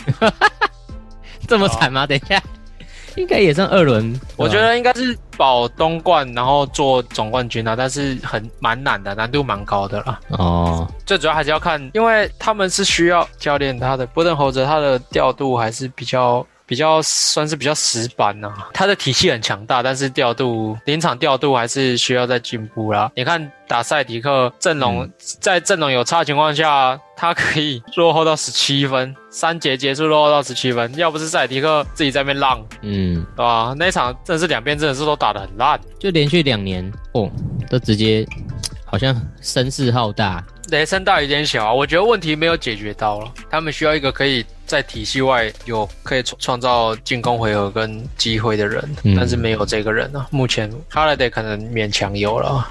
Speaker 1: 这么惨吗？等一下， 应该也算二轮。
Speaker 2: 我觉
Speaker 1: 对吧
Speaker 2: 得应该是保东冠，然后做总冠军啊，但是很蛮难的，难度蛮高的啦。
Speaker 1: 哦，
Speaker 2: 最主要还是要看，因为他们是需要教练他的波顿侯泽他的调度还是比较比较算是比较死板呐、他的体系很强大，但是调度临场调度还是需要再进步啦。你看打赛迪克阵容、在阵容有差的情况下，他可以落后到十七分，三节结束落后到十七分，要不是赛迪克自己在那边浪，
Speaker 1: 嗯，
Speaker 2: 对吧？那一场真的是两边真的是都打得很烂。
Speaker 1: 就连续两年哦，都直接好像声势浩大。
Speaker 2: 雷声大雨点小啊，我觉得问题没有解决到了，他们需要一个可以在体系外有可以创创造进攻回合跟机会的人，
Speaker 1: 嗯
Speaker 2: 但是没有这个人啊。目前 Holiday 可能勉强有了啊，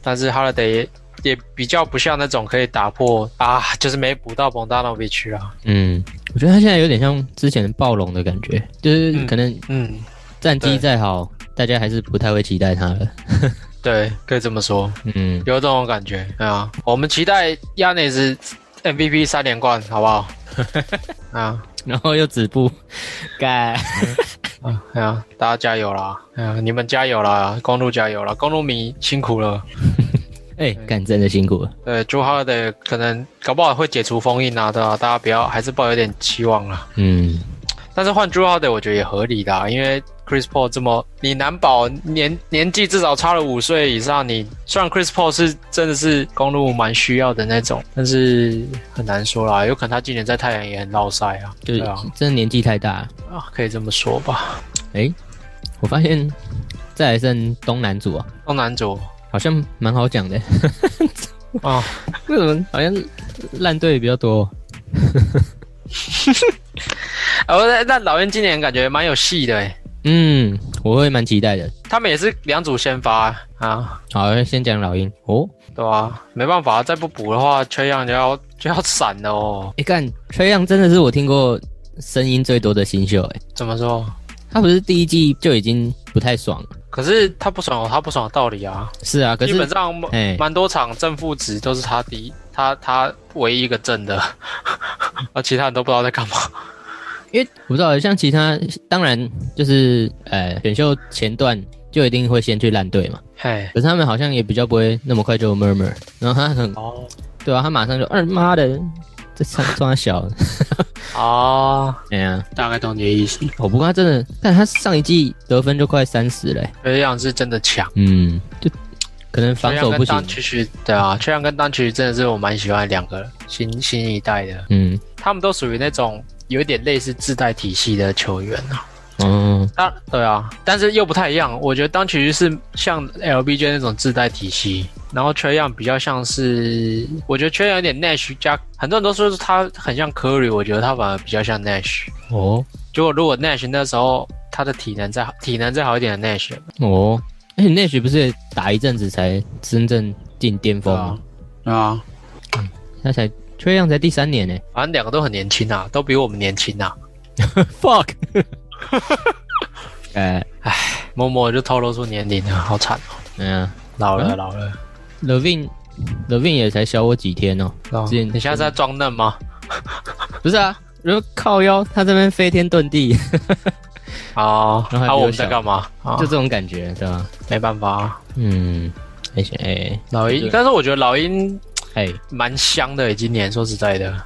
Speaker 2: 但是 Holiday 也也比较不像那种可以打破啊，就是没补到 b o g d a n o v i c 啊。
Speaker 1: 嗯，我觉得他现在有点像之前暴龙的感觉，就是
Speaker 2: 嗯
Speaker 1: 可能
Speaker 2: 嗯，
Speaker 1: 战绩
Speaker 2: 对
Speaker 1: 再好，大家还是不太会期待他了。
Speaker 2: 对，可以这么说，
Speaker 1: 嗯，
Speaker 2: 有这种感觉。对啊，我们期待 Yanis MVP 三连冠，好不好？啊。
Speaker 1: 然后又止步，该
Speaker 2: 啊，哎呀，大家加油啦！哎呀，你们加油啦！公路加油啦！公路迷辛苦了。
Speaker 1: 哎，干真的辛苦了。
Speaker 2: 对，朱浩呃的可能搞不好会解除封印啊，对吧、大家不要，还是抱有点期望啦。
Speaker 1: 嗯，
Speaker 2: 但是换朱浩的，我觉得也合理的、啊，因为 Chris Paul 这么，你难保年年纪至少差了五岁以上。你虽然 Chris Paul 是真的是公路蛮需要的那种，但是很难说啦，有可能他今年在太阳也很落赛啊。
Speaker 1: 就
Speaker 2: 对啊，
Speaker 1: 真的年纪太大了。
Speaker 2: 啊，可以这么说吧。
Speaker 1: 我发现再来剩东南组啊，
Speaker 2: 东南组
Speaker 1: 好像蛮好讲的。
Speaker 2: 啊，
Speaker 1: 为什么好像烂队比较多？
Speaker 2: 哦，那老鹰今年感觉蛮有戏的欸诶，
Speaker 1: 嗯，我会蛮期待的。
Speaker 2: 他们也是两组先发啊，
Speaker 1: 好，先讲老鹰哦。
Speaker 2: 对吧、没办法，再不补的话，缺氧就要就要散了哦。
Speaker 1: 哎、干，崔样真的是我听过声音最多的新秀哎、
Speaker 2: 怎么说？
Speaker 1: 他不是第一季就已经不太爽了，
Speaker 2: 可是他不爽有他不爽的道理啊。
Speaker 1: 是啊，可
Speaker 2: 基本
Speaker 1: 是
Speaker 2: 上
Speaker 1: 哎
Speaker 2: 蛮多场正负值都是他第一，他他唯一一个正的， 而其他人都不知道在干嘛。
Speaker 1: 因为我不知道，像其他当然就是呃选秀前段就一定会先去烂队嘛，
Speaker 2: 嘿，
Speaker 1: 可是他们好像也比较不会那么快就 murmur，然后他很
Speaker 2: 哦
Speaker 1: 对啊，他马上就二妈的这上装小，
Speaker 2: 啊，
Speaker 1: 哎呀、
Speaker 2: 大概懂你的意思。
Speaker 1: 我不过他真的，但他上一季得分就快三十嘞，
Speaker 2: 缺氧是真的强，
Speaker 1: 嗯，就可能防守不
Speaker 2: 缺
Speaker 1: 行
Speaker 2: 氧跟单，曲曲对啊，缺氧跟单曲真的是我蛮喜欢的两个新新一代的，
Speaker 1: 嗯，
Speaker 2: 他们都属于那种有一点类似自带体系的球员啊。
Speaker 1: 哦，
Speaker 2: 啊，对啊，但是又不太一样。我觉得当曲是像 LBJ 那种自带体系，然后缺样比较像是，我觉得缺样有点 Nash 加，很多人都说是他很像 Curry，我觉得他反而比较像 Nash。
Speaker 1: 哦，
Speaker 2: 结果如果 Nash 那时候他的体能再好体能再好一点的 Nash，
Speaker 1: 哦，而且 Nash 不是也打一阵子才真正进巅峰吗？，
Speaker 2: 对啊，
Speaker 1: 他才崔样才第三年呢
Speaker 2: 反正两个都很年轻啊，都比我们年轻啊。
Speaker 1: ，fuck，哎，
Speaker 2: 某某就透露出年龄了，好惨哦，
Speaker 1: 嗯、呀
Speaker 2: 老了、
Speaker 1: 嗯
Speaker 2: 老了。
Speaker 1: l e v i n l e v i n 也才小我几天哦，
Speaker 2: 哦
Speaker 1: 之前
Speaker 2: 你现在是在装嫩吗？
Speaker 1: 不是啊，然后靠腰，他这边飞天遁地，
Speaker 2: 哦，
Speaker 1: 然后还比
Speaker 2: 啊，
Speaker 1: 我
Speaker 2: 我们在
Speaker 1: 小
Speaker 2: 干嘛？啊
Speaker 1: 就，这种感觉，对吧？
Speaker 2: 没办法啊。
Speaker 1: 嗯，而且哎
Speaker 2: 老鹰
Speaker 1: 对，
Speaker 2: 但是我觉得老鹰
Speaker 1: 哎，
Speaker 2: 蛮香的，今年说实在的，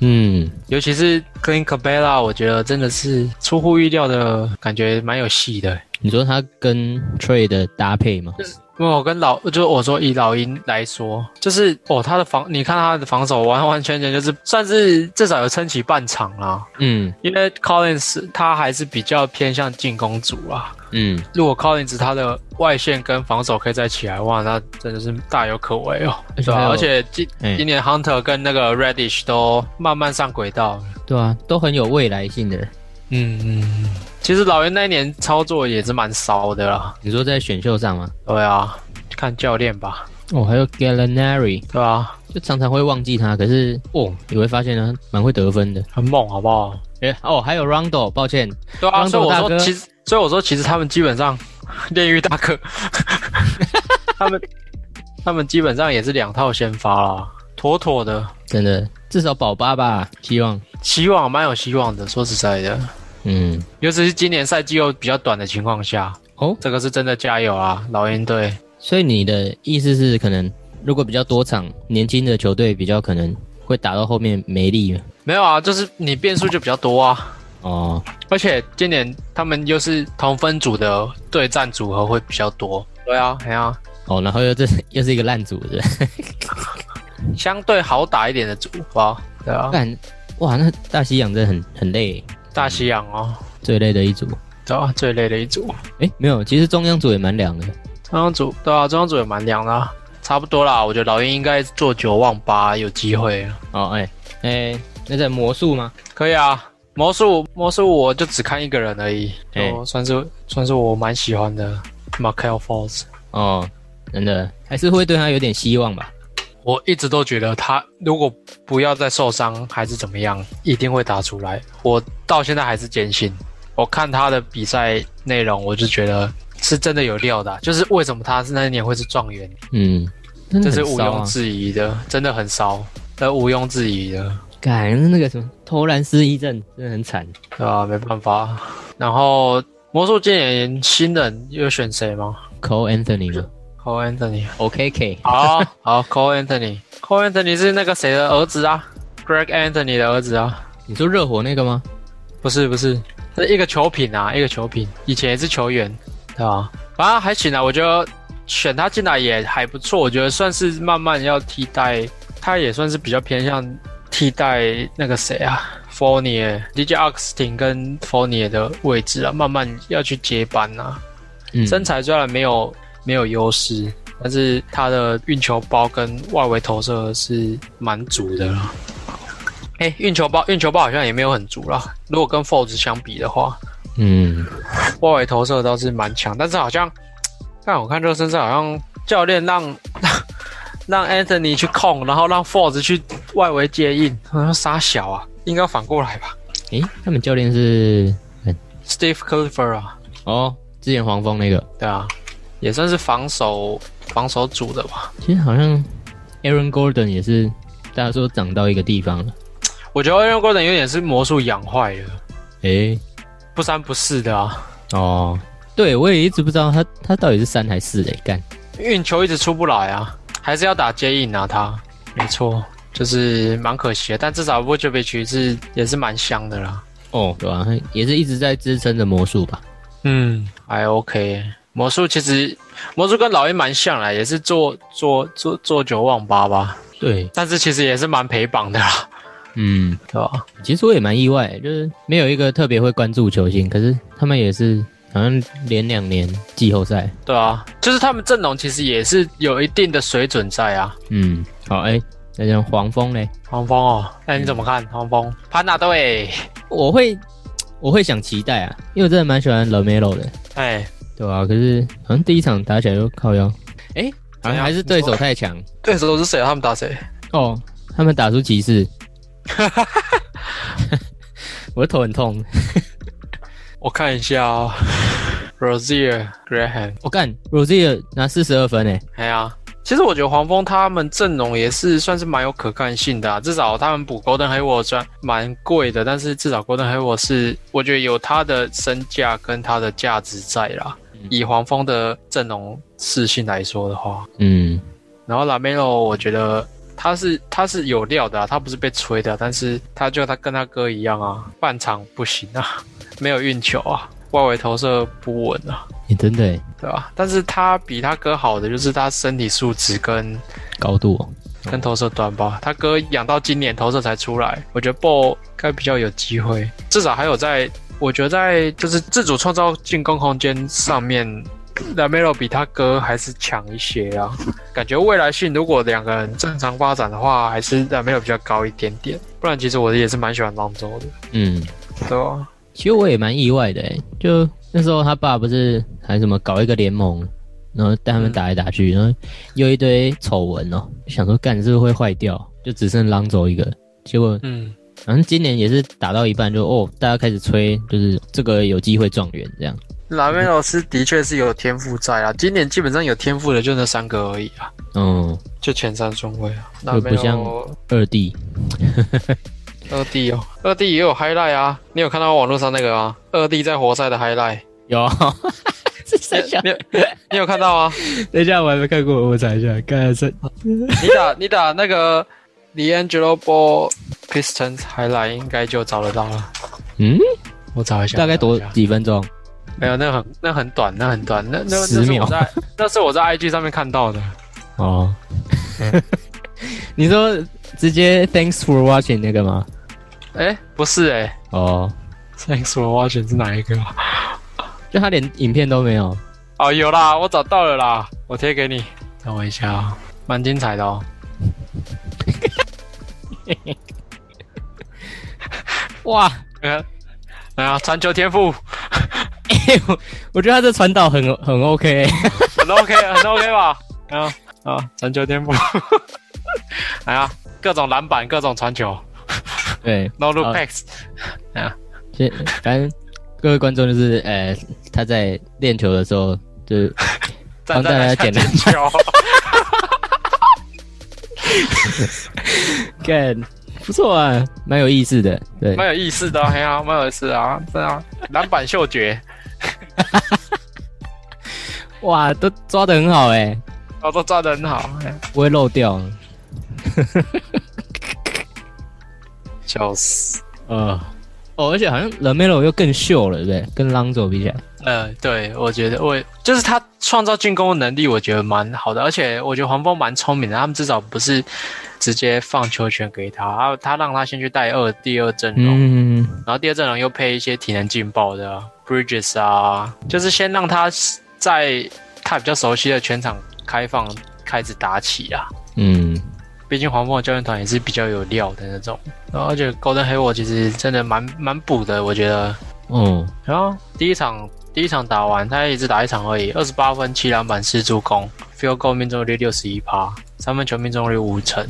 Speaker 1: 嗯，
Speaker 2: 尤其是 Clean Cabela，我觉得真的是出乎意料的感觉，蛮有戏的。
Speaker 1: 你说他跟 Trey 的搭配吗？
Speaker 2: 因为我跟老，就是我说以老鹰来说，就是哦，他的防，你看他的防守完完全全就是算是至少有撑起半场啦。
Speaker 1: 嗯
Speaker 2: 因为 Collins 他还是比较偏向进攻组啊啦。
Speaker 1: 嗯，
Speaker 2: 如果 Collins 他的外线跟防守可以再起来，哇，那真的是大有可为哦，
Speaker 1: 而且
Speaker 2: 对吧、
Speaker 1: 还有
Speaker 2: 而且今
Speaker 1: 哎
Speaker 2: 今年 Hunter 跟那个 Radish 都慢慢上轨道了。
Speaker 1: 对啊，都很有未来性的。
Speaker 2: 嗯嗯，其实老袁那一年操作也是蛮骚的啦。
Speaker 1: 你说在选秀上吗？
Speaker 2: 对啊，看教练吧，
Speaker 1: 哦，还有 Gallinari，
Speaker 2: 对啊，
Speaker 1: 就常常会忘记他，可是哦，你会发现呢，蛮会得分的。
Speaker 2: 很猛，好不好？
Speaker 1: 诶，哦，还有 Rondo，抱歉，
Speaker 2: 对啊，
Speaker 1: Rondo
Speaker 2: 所以我
Speaker 1: 大哥
Speaker 2: 说，其实，所以我说，其实他们基本上炼狱大哥， 他们他们基本上也是两套先发啦，妥妥的，
Speaker 1: 真的，至少保八吧，希望。
Speaker 2: 希望蛮有希望的。说实在的，
Speaker 1: 嗯，
Speaker 2: 尤其是今年赛季又比较短的情况下，
Speaker 1: 哦，
Speaker 2: 这个是真的加油啊，老鹰队。
Speaker 1: 所以你的意思是，可能如果比较多场，年轻的球队比较可能会打到后面没力嘛
Speaker 2: 没有啊，就是你变数就比较多啊。
Speaker 1: 哦，
Speaker 2: 而且今年他们又是同分组的对战组合会比较多。对啊，哎呀、
Speaker 1: 哦，然后又这又是一个烂组的，
Speaker 2: 相对好打一点的组吧。对啊，
Speaker 1: 干，哇，那大西洋真的很很累，
Speaker 2: 大西洋哦，
Speaker 1: 最累的一组。
Speaker 2: 对啊，最累的一组。
Speaker 1: 诶，没有，其实中央组也蛮凉的。
Speaker 2: 中央组对啊，中央组也蛮凉的啊、差不多啦。我觉得老鹰应该做九望八有机会。
Speaker 1: 哦，哎、哎、那在魔术吗？
Speaker 2: 可以啊，魔术魔术我就只看一个人而已，
Speaker 1: 哎
Speaker 2: 就算是算是我蛮喜欢的 m a r k e l Falls。
Speaker 1: 哦，真的还是会对他有点希望吧。
Speaker 2: 我一直都觉得他如果不要再受伤还是怎么样，一定会打出来。我到现在还是坚信。我看他的比赛内容，我就觉得是真的有料的啊、就是为什么他是那一年会是状元，
Speaker 1: 嗯，真的
Speaker 2: 这
Speaker 1: 很
Speaker 2: 是毋
Speaker 1: 骚
Speaker 2: 庸
Speaker 1: 啊。
Speaker 2: 置疑的，真的很骚，这毋庸置疑的，
Speaker 1: 感那个什么投篮失忆症真的很惨。
Speaker 2: 对吧、没办法。然后魔术今年新人又选谁吗
Speaker 1: Cole Anthony 吗
Speaker 2: ？Cole Anthony，
Speaker 1: ？OKK
Speaker 2: 好 好，Cole Anthony，Cole Anthony 是那个谁的儿子啊？Greg Anthony 的儿子啊。
Speaker 1: 你说热火那个吗？
Speaker 2: 不是不是，是一个球品啊，一个球品，以前也是球员，对吧？反正还行啊，我觉得选他进来也还不错，我觉得算是慢慢要替代，他也算是比较偏向替代那个谁啊 f o u r n i e DJ Austin 跟 f o u r n i e 的位置啊，慢慢要去接班啊。
Speaker 1: 嗯，
Speaker 2: 身材虽然没有没有优势，但是他的运球包跟外围投射是蛮足的啦。哎、运球包运球包好像也没有很足啦。如果跟 Folds 相比的话，
Speaker 1: 嗯，
Speaker 2: 外围投射倒是蛮强，但是好像，但我看热身赛好像教练让 让 Anthony 去控，然后让 Force 去外围接应，好像傻小啊，应该反过来吧
Speaker 1: 诶、他们教练是
Speaker 2: ？Steve Clifford 啊，
Speaker 1: 哦，之前黄蜂那个，
Speaker 2: 对啊，也算是防守防守组的吧。
Speaker 1: 其实好像 Aaron Gordon 也是，大家说长到一个地方了，
Speaker 2: 我觉得 Aaron Gordon 有点是魔术养坏了，
Speaker 1: 诶、
Speaker 2: 不三不四的啊，
Speaker 1: 哦，对我也一直不知道他他到底是三还是四诶、干，
Speaker 2: 运球一直出不来啊，还是要打接应啊他，没错。就是蛮可惜的，但至少 v u c e v i c 是也是蛮香的啦。
Speaker 1: 哦，对吧、啊？他也是一直在支撑着魔术吧，
Speaker 2: 嗯，还 OK。魔术其实魔术跟老鹰蛮像啦，也是做做做做九忘八吧，
Speaker 1: 对，
Speaker 2: 但是其实也是蛮陪绑的啦，
Speaker 1: 嗯，
Speaker 2: 对吧？
Speaker 1: 其实我也蛮意外，就是没有一个特别会关注球星，可是他们也是好像连两年季后赛。
Speaker 2: 对啊，就是他们阵容其实也是有一定的水准在啊。
Speaker 1: 嗯，好，哎、那像黄蜂嘞，
Speaker 2: 黄蜂哦，那你怎么看黄蜂？潘纳队，
Speaker 1: 我会我会想期待啊，因为我真的蛮喜欢 Lamelo 的，
Speaker 2: 哎，
Speaker 1: 对啊，可是好像第一场打起来就靠腰，哎、好
Speaker 2: 怎
Speaker 1: 像
Speaker 2: 样
Speaker 1: 还是对手太强
Speaker 2: 对手是谁啊？他们打谁？
Speaker 1: 哦，他们打出骑士， 我的头很痛，
Speaker 2: 我看一下哦 r o z i e r Graham，
Speaker 1: 我、干 r o s i e r 拿四十二分诶，
Speaker 2: 哎呀、其实我觉得黄蜂他们阵容也是算是蛮有可看性的、啊，至少他们补 Golden Hayward 算蛮贵的，但是至少 Golden Hayward 是我觉得有他的身价跟他的价值在啦。以黄蜂的阵容士性来说的话，
Speaker 1: 嗯，
Speaker 2: 然后 Lamelo 我觉得他是他是有料的、啊，他不是被吹的啊、但是他就他跟他哥一样啊，半场不行啊， 没有运球啊，外围投射不稳啊，
Speaker 1: 也、真的、诶，欸
Speaker 2: 对吧、但是他比他哥好的就是他身体素质跟
Speaker 1: 高度、哦，
Speaker 2: 跟投射端吧。他哥养到今年投射才出来，我觉得 Ball 该比较有机会，至少还有在，我觉得在就是自主创造进攻空间上面。Lamelo 比他哥还是强一些啊，感觉未来性如果两个人正常发展的话，还是 Lamelo 比较高一点点。不然其实我也是蛮喜欢朗州的，
Speaker 1: 嗯，
Speaker 2: 对吧？
Speaker 1: 其实我也蛮意外的、欸，就那时候他爸不是还什么搞一个联盟，然后带他们打来打去，然后又一堆丑闻哦，想说干是不是会坏掉，就只剩朗走一个。结果
Speaker 2: 嗯，
Speaker 1: 好像今年也是打到一半就哦，大家开始吹，就是这个有机会状元这样。
Speaker 2: Lamelo 是的确是有天赋在啊，今年基本上有天赋的就那三个而已啊，
Speaker 1: 嗯，
Speaker 2: 就前三顺位啊。
Speaker 1: 就不像
Speaker 2: Lamelo
Speaker 1: 二弟
Speaker 2: 二弟哦，二弟也有 highlight 啊，你有看到网络上那个吗？二弟在活塞的 highlight，
Speaker 1: 有，这三下
Speaker 2: 你有 你有看到吗？
Speaker 1: 等一下我还没看过，我查一下，刚才是
Speaker 2: 你打你打那个 l e a n g e l o Ball Pistons highlight 应该就找得到了，
Speaker 1: 嗯，
Speaker 2: 我找一下，
Speaker 1: 大概
Speaker 2: 我
Speaker 1: 多
Speaker 2: 找一下
Speaker 1: 几分钟？
Speaker 2: 没有，那很那很短，那很短，那那
Speaker 1: 10秒
Speaker 2: 那是我在那是我在 IG 上面看到的，
Speaker 1: 哦， 你说直接 Thanks for watching 那个吗？
Speaker 2: 哎、不是哎、
Speaker 1: 哦，
Speaker 2: Thanks for watching 是哪一个啊？
Speaker 1: 就他连影片都没有。
Speaker 2: 哦，有啦，我找到了啦，我贴给你，等我一下啊、蛮精彩的哦。
Speaker 1: 哇，
Speaker 2: 嗯，哎呀，传球天赋。
Speaker 1: 嘿我我觉得他这传导很很 OK，欸
Speaker 2: 很 OK，很 OK 吧？ 啊啊，传球天赋， 哎呀，各种篮板，各种传球
Speaker 1: 对，
Speaker 2: ，no look
Speaker 1: 好
Speaker 2: packs，
Speaker 1: 所以反正各位观众就是呃他在练球的时候就是帮
Speaker 2: 站
Speaker 1: 大家
Speaker 2: 在
Speaker 1: 简
Speaker 2: 捡
Speaker 1: 单
Speaker 2: 球，
Speaker 1: 干不错啊，蛮有意思的，对，
Speaker 2: 蛮有意思的，哎呀，蛮有意思的啊，对啊，篮板嗅觉，
Speaker 1: 哇，都抓得很好哎、欸
Speaker 2: 哦，都抓得很好，哎呀
Speaker 1: 不会漏掉，
Speaker 2: 笑死。
Speaker 1: 呃，哦，而且好像 Lamelo 又更秀了，对不对？跟 Lonzo 比起来，
Speaker 2: 呃，对，我觉得我就是他创造进攻的能力，我觉得蛮好的，而且我觉得黄蜂蛮聪明的，他们至少不是直接放球权给他，他他让他先去带二第二阵容，
Speaker 1: 嗯，
Speaker 2: 然后第二阵容又配一些体能劲爆的啊 Bridges 啊，就是先让他在他比较熟悉的全场开放开始打起啊。
Speaker 1: 嗯，
Speaker 2: 毕竟黄蜂的教练团也是比较有料的那种。然后而且 Golden Hayward 其实真的蛮蛮补的，我觉得。
Speaker 1: 哦，
Speaker 2: 然后第一场第一场打完，他也只打一场而已，二十八分、七篮板、四助攻，field goal 命中率六十一趴，三分球命中率五成。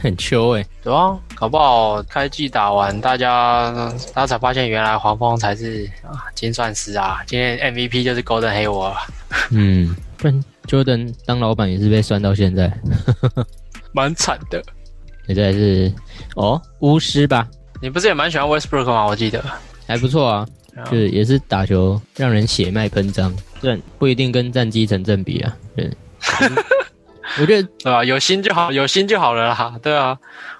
Speaker 1: 很秋哎、
Speaker 2: 对啊，搞不好开季打完，大家大家才发现原来黄蜂才是啊金算师啊！今天 MVP 就是 Golden Hayward 啊。
Speaker 1: 嗯，不然 Jordan 当老板也是被酸到现在，
Speaker 2: 蛮惨的。
Speaker 1: 也在是哦巫师吧，
Speaker 2: 你不是也蛮喜欢 Westbrook 吗？我记得。
Speaker 1: 还不错啊，就是也是打球让人血脉喷张，虽然不一定跟战绩成正比啊， 对，我觉得
Speaker 2: 对吧、有心就好，有心就好了啦。对啊，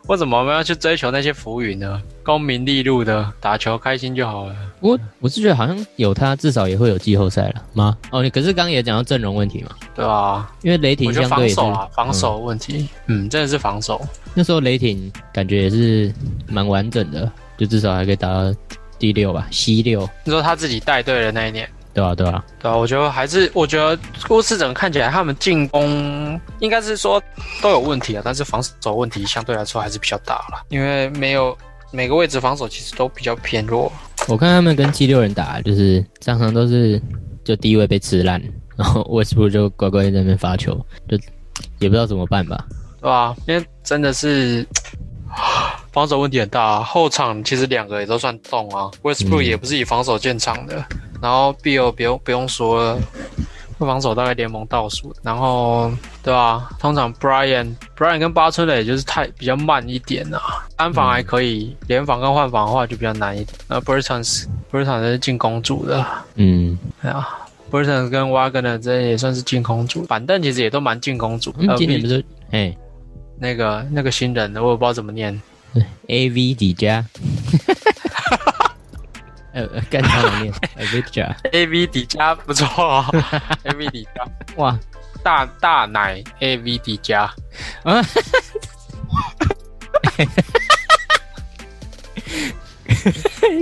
Speaker 2: 为什么我们要去追求那些浮云呢？功名利禄的，打球开心就好了。
Speaker 1: 不过我是觉得好像有他至少也会有季后赛了吗？哦，你可是刚刚也讲到阵容问题嘛，
Speaker 2: 对啊，
Speaker 1: 因为雷霆
Speaker 2: 我觉得
Speaker 1: 相
Speaker 2: 防
Speaker 1: 对也是
Speaker 2: 守啊，防守问题，嗯，真的是防守。
Speaker 1: 那时候雷霆感觉也是蛮完整的，就至少还可以打到第六吧，西六，
Speaker 2: 你说他自己带队的那一年，
Speaker 1: 对啊对啊，
Speaker 2: 对啊，我觉得还是，我觉得巫师整个看起来他们进攻应该是说都有问题啊，但是防守问题相对来说还是比较大啦，因为没有每个位置防守其实都比较偏弱。
Speaker 1: 我看他们跟七六人打，就是常常都是就第一位被吃烂， 然后 Westbrook 就乖乖在那边发球，就也不知道怎么办吧。
Speaker 2: 对啊，因为真的是防守问题很大、啊。后场其实两个也都算动啊，Westbrook
Speaker 1: 嗯
Speaker 2: 也不是以防守见长的，然后 b o 不用不用说了，防守大概联盟倒数。然后对啊，通常 Brian Brian 跟八村垒就是太比较慢一点啊，单
Speaker 1: 嗯
Speaker 2: 防还可以，联防跟换防的话就比较难一点。那 Bertans Bertans 是进攻组的，
Speaker 1: 嗯，
Speaker 2: 哎呀、Burton 跟 Wagner 这也算是进攻组，板凳其实也都蛮进攻组。
Speaker 1: 嗯
Speaker 2: 呃
Speaker 1: 今年不是哎
Speaker 2: 那个那个新人，我也不知道怎么念，
Speaker 1: A V 底加， 呃呃干他们 念 A V 加，
Speaker 2: A V 迪迦不错、 哦、，A V 迪迦
Speaker 1: 哇
Speaker 2: 大大奶 A V 迪迦，
Speaker 1: 啊！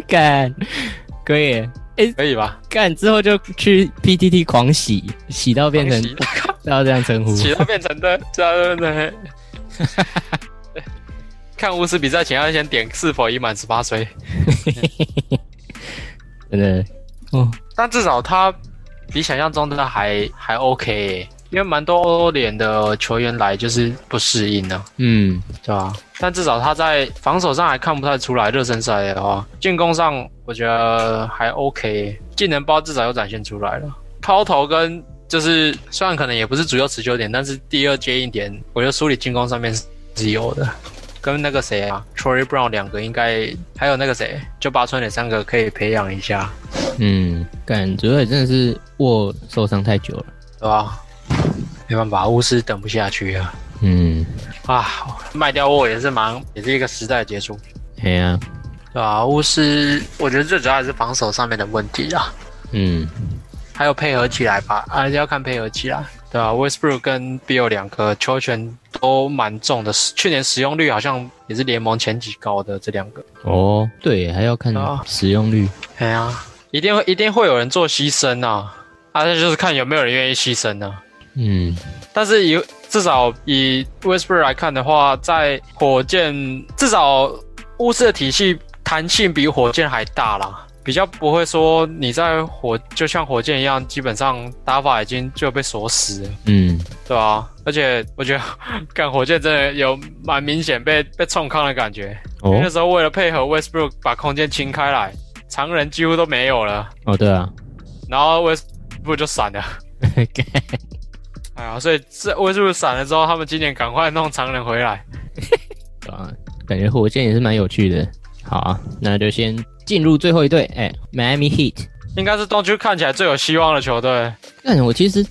Speaker 1: 干，可以耶
Speaker 2: 可以吧？
Speaker 1: 干之后就去 PTT 狂洗，洗到变成
Speaker 2: 恭喜
Speaker 1: 要这样称呼，
Speaker 2: 起到变成的，起到变成的。 看巫师比赛前要先点是否已满十八岁，
Speaker 1: 真的哦。
Speaker 2: 但至少他比想象中的还还 OK，耶因为蛮多欧联的球员来就是不适应呢、
Speaker 1: 嗯，
Speaker 2: 对啊，但至少他在防守上还看不太出来热身赛的话，进攻上我觉得还 OK，技能包至少又展现出来了。抛投跟就是虽然可能也不是主要持久点，但是第二接应点，我觉得梳理进攻上面是有的。跟那个谁啊，Troy Brown 两个应该，还有那个谁，啊就八村垒三个可以培养一下，
Speaker 1: 嗯，感觉也真的是握受伤太久了。
Speaker 2: 对吧、没办法，巫师等不下去了
Speaker 1: 嗯，
Speaker 2: 啊！卖掉沃也是蛮，也是一个时代的结束。
Speaker 1: 哎呀、
Speaker 2: 对啊，巫师，我觉得最主要还是防守上面的问题啊，
Speaker 1: 嗯，
Speaker 2: 还有配合起来吧，啊还是要看配合起来。对啊，Westbrook 跟 Bill 两个球权都蛮重的，去年使用率好像也是联盟前几高的这两个。
Speaker 1: 哦，对，还要看
Speaker 2: 啊
Speaker 1: 使用率。
Speaker 2: 哎呀，一定会一定会有人做牺牲啊，啊，那就是看有没有人愿意牺牲啊。
Speaker 1: 嗯，
Speaker 2: 但是以至少以 Westbrook 来看的话，在火箭至少巫师的体系弹性比火箭还大啦，比较不会说你在火就像火箭一样，基本上打法已经就被锁死了，
Speaker 1: 嗯，
Speaker 2: 对吧、而且我觉得干火箭真的有蛮明显被被冲康的感觉，因为那
Speaker 1: 哦，
Speaker 2: 时候为了配合 Westbrook 把空间清开来，常人几乎都没有了，
Speaker 1: 哦，对啊，
Speaker 2: 然后 Westbrook 就闪了。哎呀，所以这威数散了之后，他们今年赶快弄常人回来。
Speaker 1: 啊，感觉火箭也是蛮有趣的。好啊，那就先进入最后一队，哎、m i a m i Heat。
Speaker 2: 应该是东区看起来最有希望的球队。
Speaker 1: 但我其实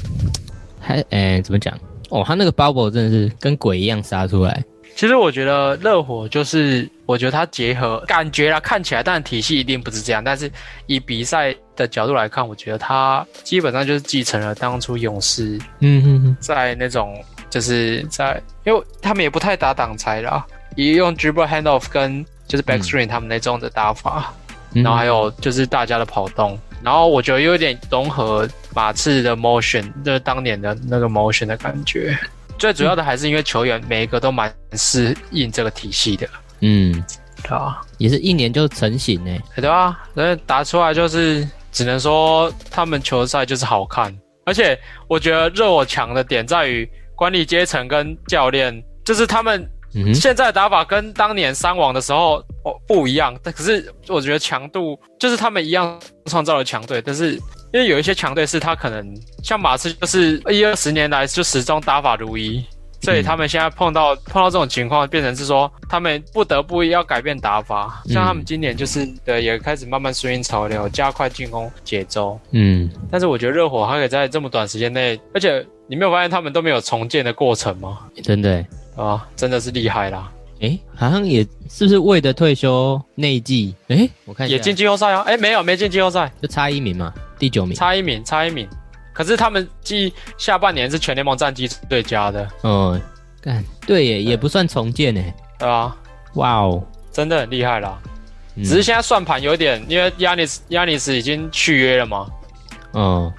Speaker 1: 还，哎、怎么讲？哦，他那个 bubble 真的是跟鬼一样杀出来。
Speaker 2: 其实我觉得热火就是，我觉得它结合感觉啦，看起来，但体系一定不是这样。但是以比赛的角度来看，我觉得它基本上就是继承了当初勇士
Speaker 1: 嗯哼哼，
Speaker 2: 在那种就是在，因为他们也不太打挡拆啦，也用 dribble handoff 跟就是 backstream 他们那种的打法。
Speaker 1: 嗯
Speaker 2: 然后还有就是大家的跑动，然后我觉得有点融合马刺的 motion，就是当年的那个 motion 的感觉。最主要的还是因为球员每一个都蛮适应这个体系的，
Speaker 1: 嗯，
Speaker 2: 对啊，
Speaker 1: 也是一年就成型哎、
Speaker 2: 对啊，所以打出来就是只能说他们球赛就是好看，而且我觉得热火强的点在于管理阶层跟教练，就是他们
Speaker 1: 嗯哼，
Speaker 2: 现在的打法跟当年三王的时候哦不一样，但可是我觉得强度就是他们一样创造了强队，但是因为有一些强队是他可能像马刺，就是一二十年来就始终打法如一，所以他们现在碰到、碰到这种情况，变成是说他们不得不要改变打法，像他们今年就是对也开始慢慢顺应潮流，加快进攻节奏。
Speaker 1: 嗯，
Speaker 2: 但是我觉得热火还可以在这么短时间内，而且你没有发现他们都没有重建的过程吗？
Speaker 1: 真的、欸。
Speaker 2: 啊，真的是厉害啦！
Speaker 1: 诶、好像也是不是为了退休内季？诶、我看一下
Speaker 2: 也进季后赛啊？哎、没有，没进季后赛，
Speaker 1: 就差一名嘛，第九名。
Speaker 2: 差一名，差一名。可是他们继下半年是全联盟战绩最佳的，
Speaker 1: 嗯，干对耶，也不算重建诶。
Speaker 2: 对啊，
Speaker 1: 哇哦，
Speaker 2: 真的很厉害啦。
Speaker 1: 嗯
Speaker 2: 只是现在算盘有点，因为亚尼斯亚尼斯已经续约了嘛，
Speaker 1: 嗯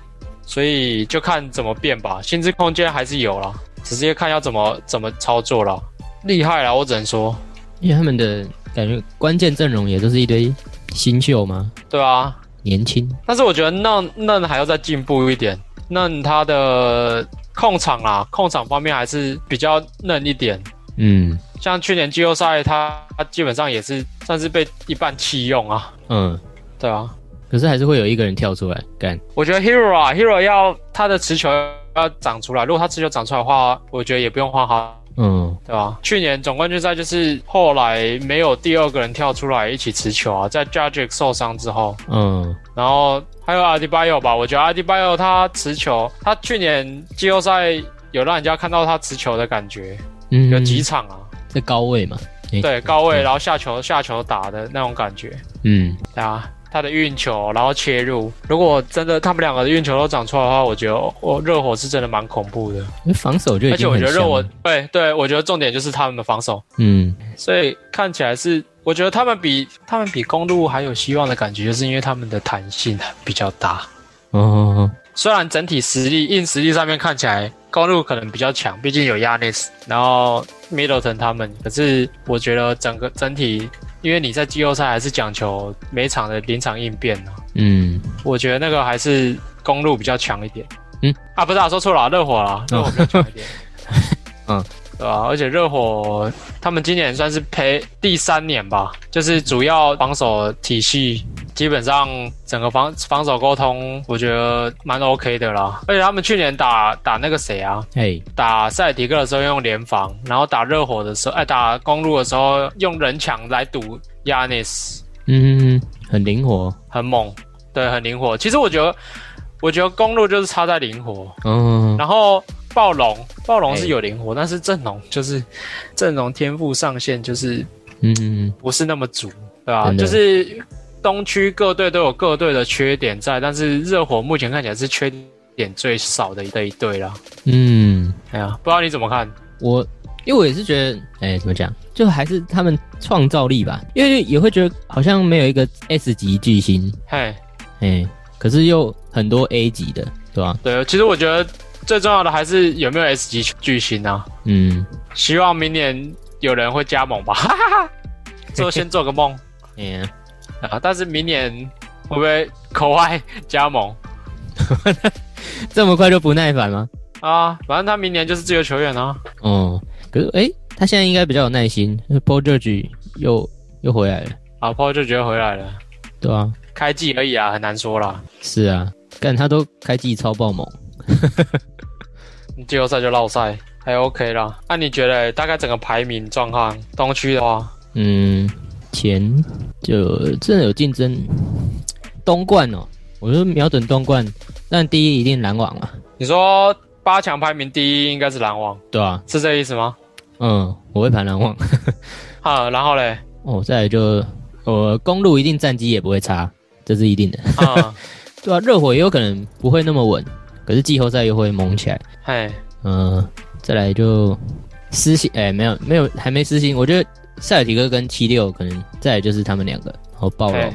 Speaker 2: 所以就看怎么变吧，薪资空间还是有啦，直接看要怎么怎么操作啦。厉害啦，我只能说，
Speaker 1: 因为他们的感觉关键阵容也都是一堆新秀嘛，
Speaker 2: 对啊。
Speaker 1: 年轻。
Speaker 2: 但是我觉得嫩嫩还要再进步一点，嫩他的控场啦，控场方面还是比较嫩一点。
Speaker 1: 嗯
Speaker 2: 像去年季后赛，他基本上也是算是被一半弃用啊。
Speaker 1: 嗯，
Speaker 2: 对啊，
Speaker 1: 可是还是会有一个人跳出来干。
Speaker 2: 我觉得 Hero 啊，Hero 要他的持球要长出来，如果他持球长出来的话，我觉得也不用换他，
Speaker 1: 嗯
Speaker 2: 对吧、去年总冠军赛就是后来没有第二个人跳出来一起持球啊，在 j a d g e 受伤之后，
Speaker 1: 嗯
Speaker 2: 然后还有阿迪巴约吧，我觉得阿迪巴约他持球，他去年季后赛有让人家看到他持球的感觉，
Speaker 1: 嗯，
Speaker 2: 有几场啊，
Speaker 1: 在高位嘛？诶
Speaker 2: 对高位然后下球下球打的那种感觉。
Speaker 1: 嗯
Speaker 2: 对啊，他的运球，然后切入。如果真的他们两个的运球都长出来的话，我觉得我热火是真的蛮恐怖的。
Speaker 1: 因为嗯防守就已
Speaker 2: 而且
Speaker 1: 经
Speaker 2: 我
Speaker 1: 很
Speaker 2: 觉得热
Speaker 1: 香啊
Speaker 2: 火
Speaker 1: 了，
Speaker 2: 对对，我觉得重点就是他们的防守，
Speaker 1: 嗯
Speaker 2: 所以看起来是我觉得他们比他们比公路还有希望的感觉，就是因为他们的弹性比较大。
Speaker 1: 哦
Speaker 2: 虽然整体实力硬实力上面看起来公路可能比较强，毕竟有亚内斯，然后 Middleton 他们，可是我觉得整个整体，因为你在季后赛还是讲求每场的临场应变啊呢、
Speaker 1: 嗯
Speaker 2: 我觉得那个还是公路比较强一点。
Speaker 1: 嗯，哦
Speaker 2: 啊，不是啊，说错了啊，热火啦，热火比较强一点。
Speaker 1: 嗯，
Speaker 2: 对吧、而且热火他们今年算是陪第三年吧，就是主要防守体系。基本上整个防防守沟通，我觉得蛮 OK 的啦。而且他们去年打打那个谁啊，
Speaker 1: 嘿
Speaker 2: 打塞尔提克的时候用联防，然后打热火的时候，哎，打公路的时候用人墙来堵 Yanis，
Speaker 1: 嗯很灵活。
Speaker 2: 很猛，对，很灵活。其实我觉得，我觉得公路就是差在灵活，
Speaker 1: 嗯
Speaker 2: 然后暴龙，暴龙
Speaker 1: 哎
Speaker 2: 是有灵活，但是阵容就是阵容天赋上限就是
Speaker 1: 嗯嗯
Speaker 2: 不是那么足，对吧、
Speaker 1: 真的
Speaker 2: 就是东区各队都有各队的缺点在，但是热火目前看起来是缺点最少的一的一队啦。
Speaker 1: 嗯。
Speaker 2: 哎呀，不知道你怎么看？
Speaker 1: 我因为我也是觉得，哎、怎么讲，就还是他们创造力吧，因为也会觉得好像没有一个 S 级巨星，
Speaker 2: 嘿，
Speaker 1: 哎、可是又很多 A 级的，对吧、
Speaker 2: 对，其实我觉得最重要的还是有没有 S 级巨星啊。
Speaker 1: 嗯，
Speaker 2: 希望明年有人会加盟吧，哈哈哈。做先做个梦。
Speaker 1: 哎呀、
Speaker 2: 啊，但是明年会不会口外加盟
Speaker 1: 这么快就不耐烦吗？
Speaker 2: 啊？反正他明年就是自由球员啊。
Speaker 1: 哦、可是哎、他现在应该比较有耐心 p o j o r g 又又回来了，
Speaker 2: 啊，p a 就觉得回来了，
Speaker 1: 对啊，
Speaker 2: 开季而已啊，很难说啦。
Speaker 1: 是啊，干他都开季超爆猛，
Speaker 2: 季后赛就落赛，还 OK 啦。那、你觉得大概整个排名状况，东区的话，
Speaker 1: 嗯，前就呃真的有竞争，东冠哦，我就瞄准东冠，但第一一定篮网啊嘛。
Speaker 2: 你说八强排名第一应该是篮网，
Speaker 1: 对啊，
Speaker 2: 是这意思吗？
Speaker 1: 嗯，我会盘篮网。
Speaker 2: 啊，然后嘞，
Speaker 1: 哦，再来就我公路一定战绩也不会差，这是一定的。
Speaker 2: 啊，
Speaker 1: 对啊，热火也有可能不会那么稳，可是季后赛又会猛起来。
Speaker 2: 嘿，
Speaker 1: 嗯、再来就私信，哎、没有没有，还没私信。我觉得塞尔提克跟七六可能再来就是他们两个，然后暴龙
Speaker 2: 嘿，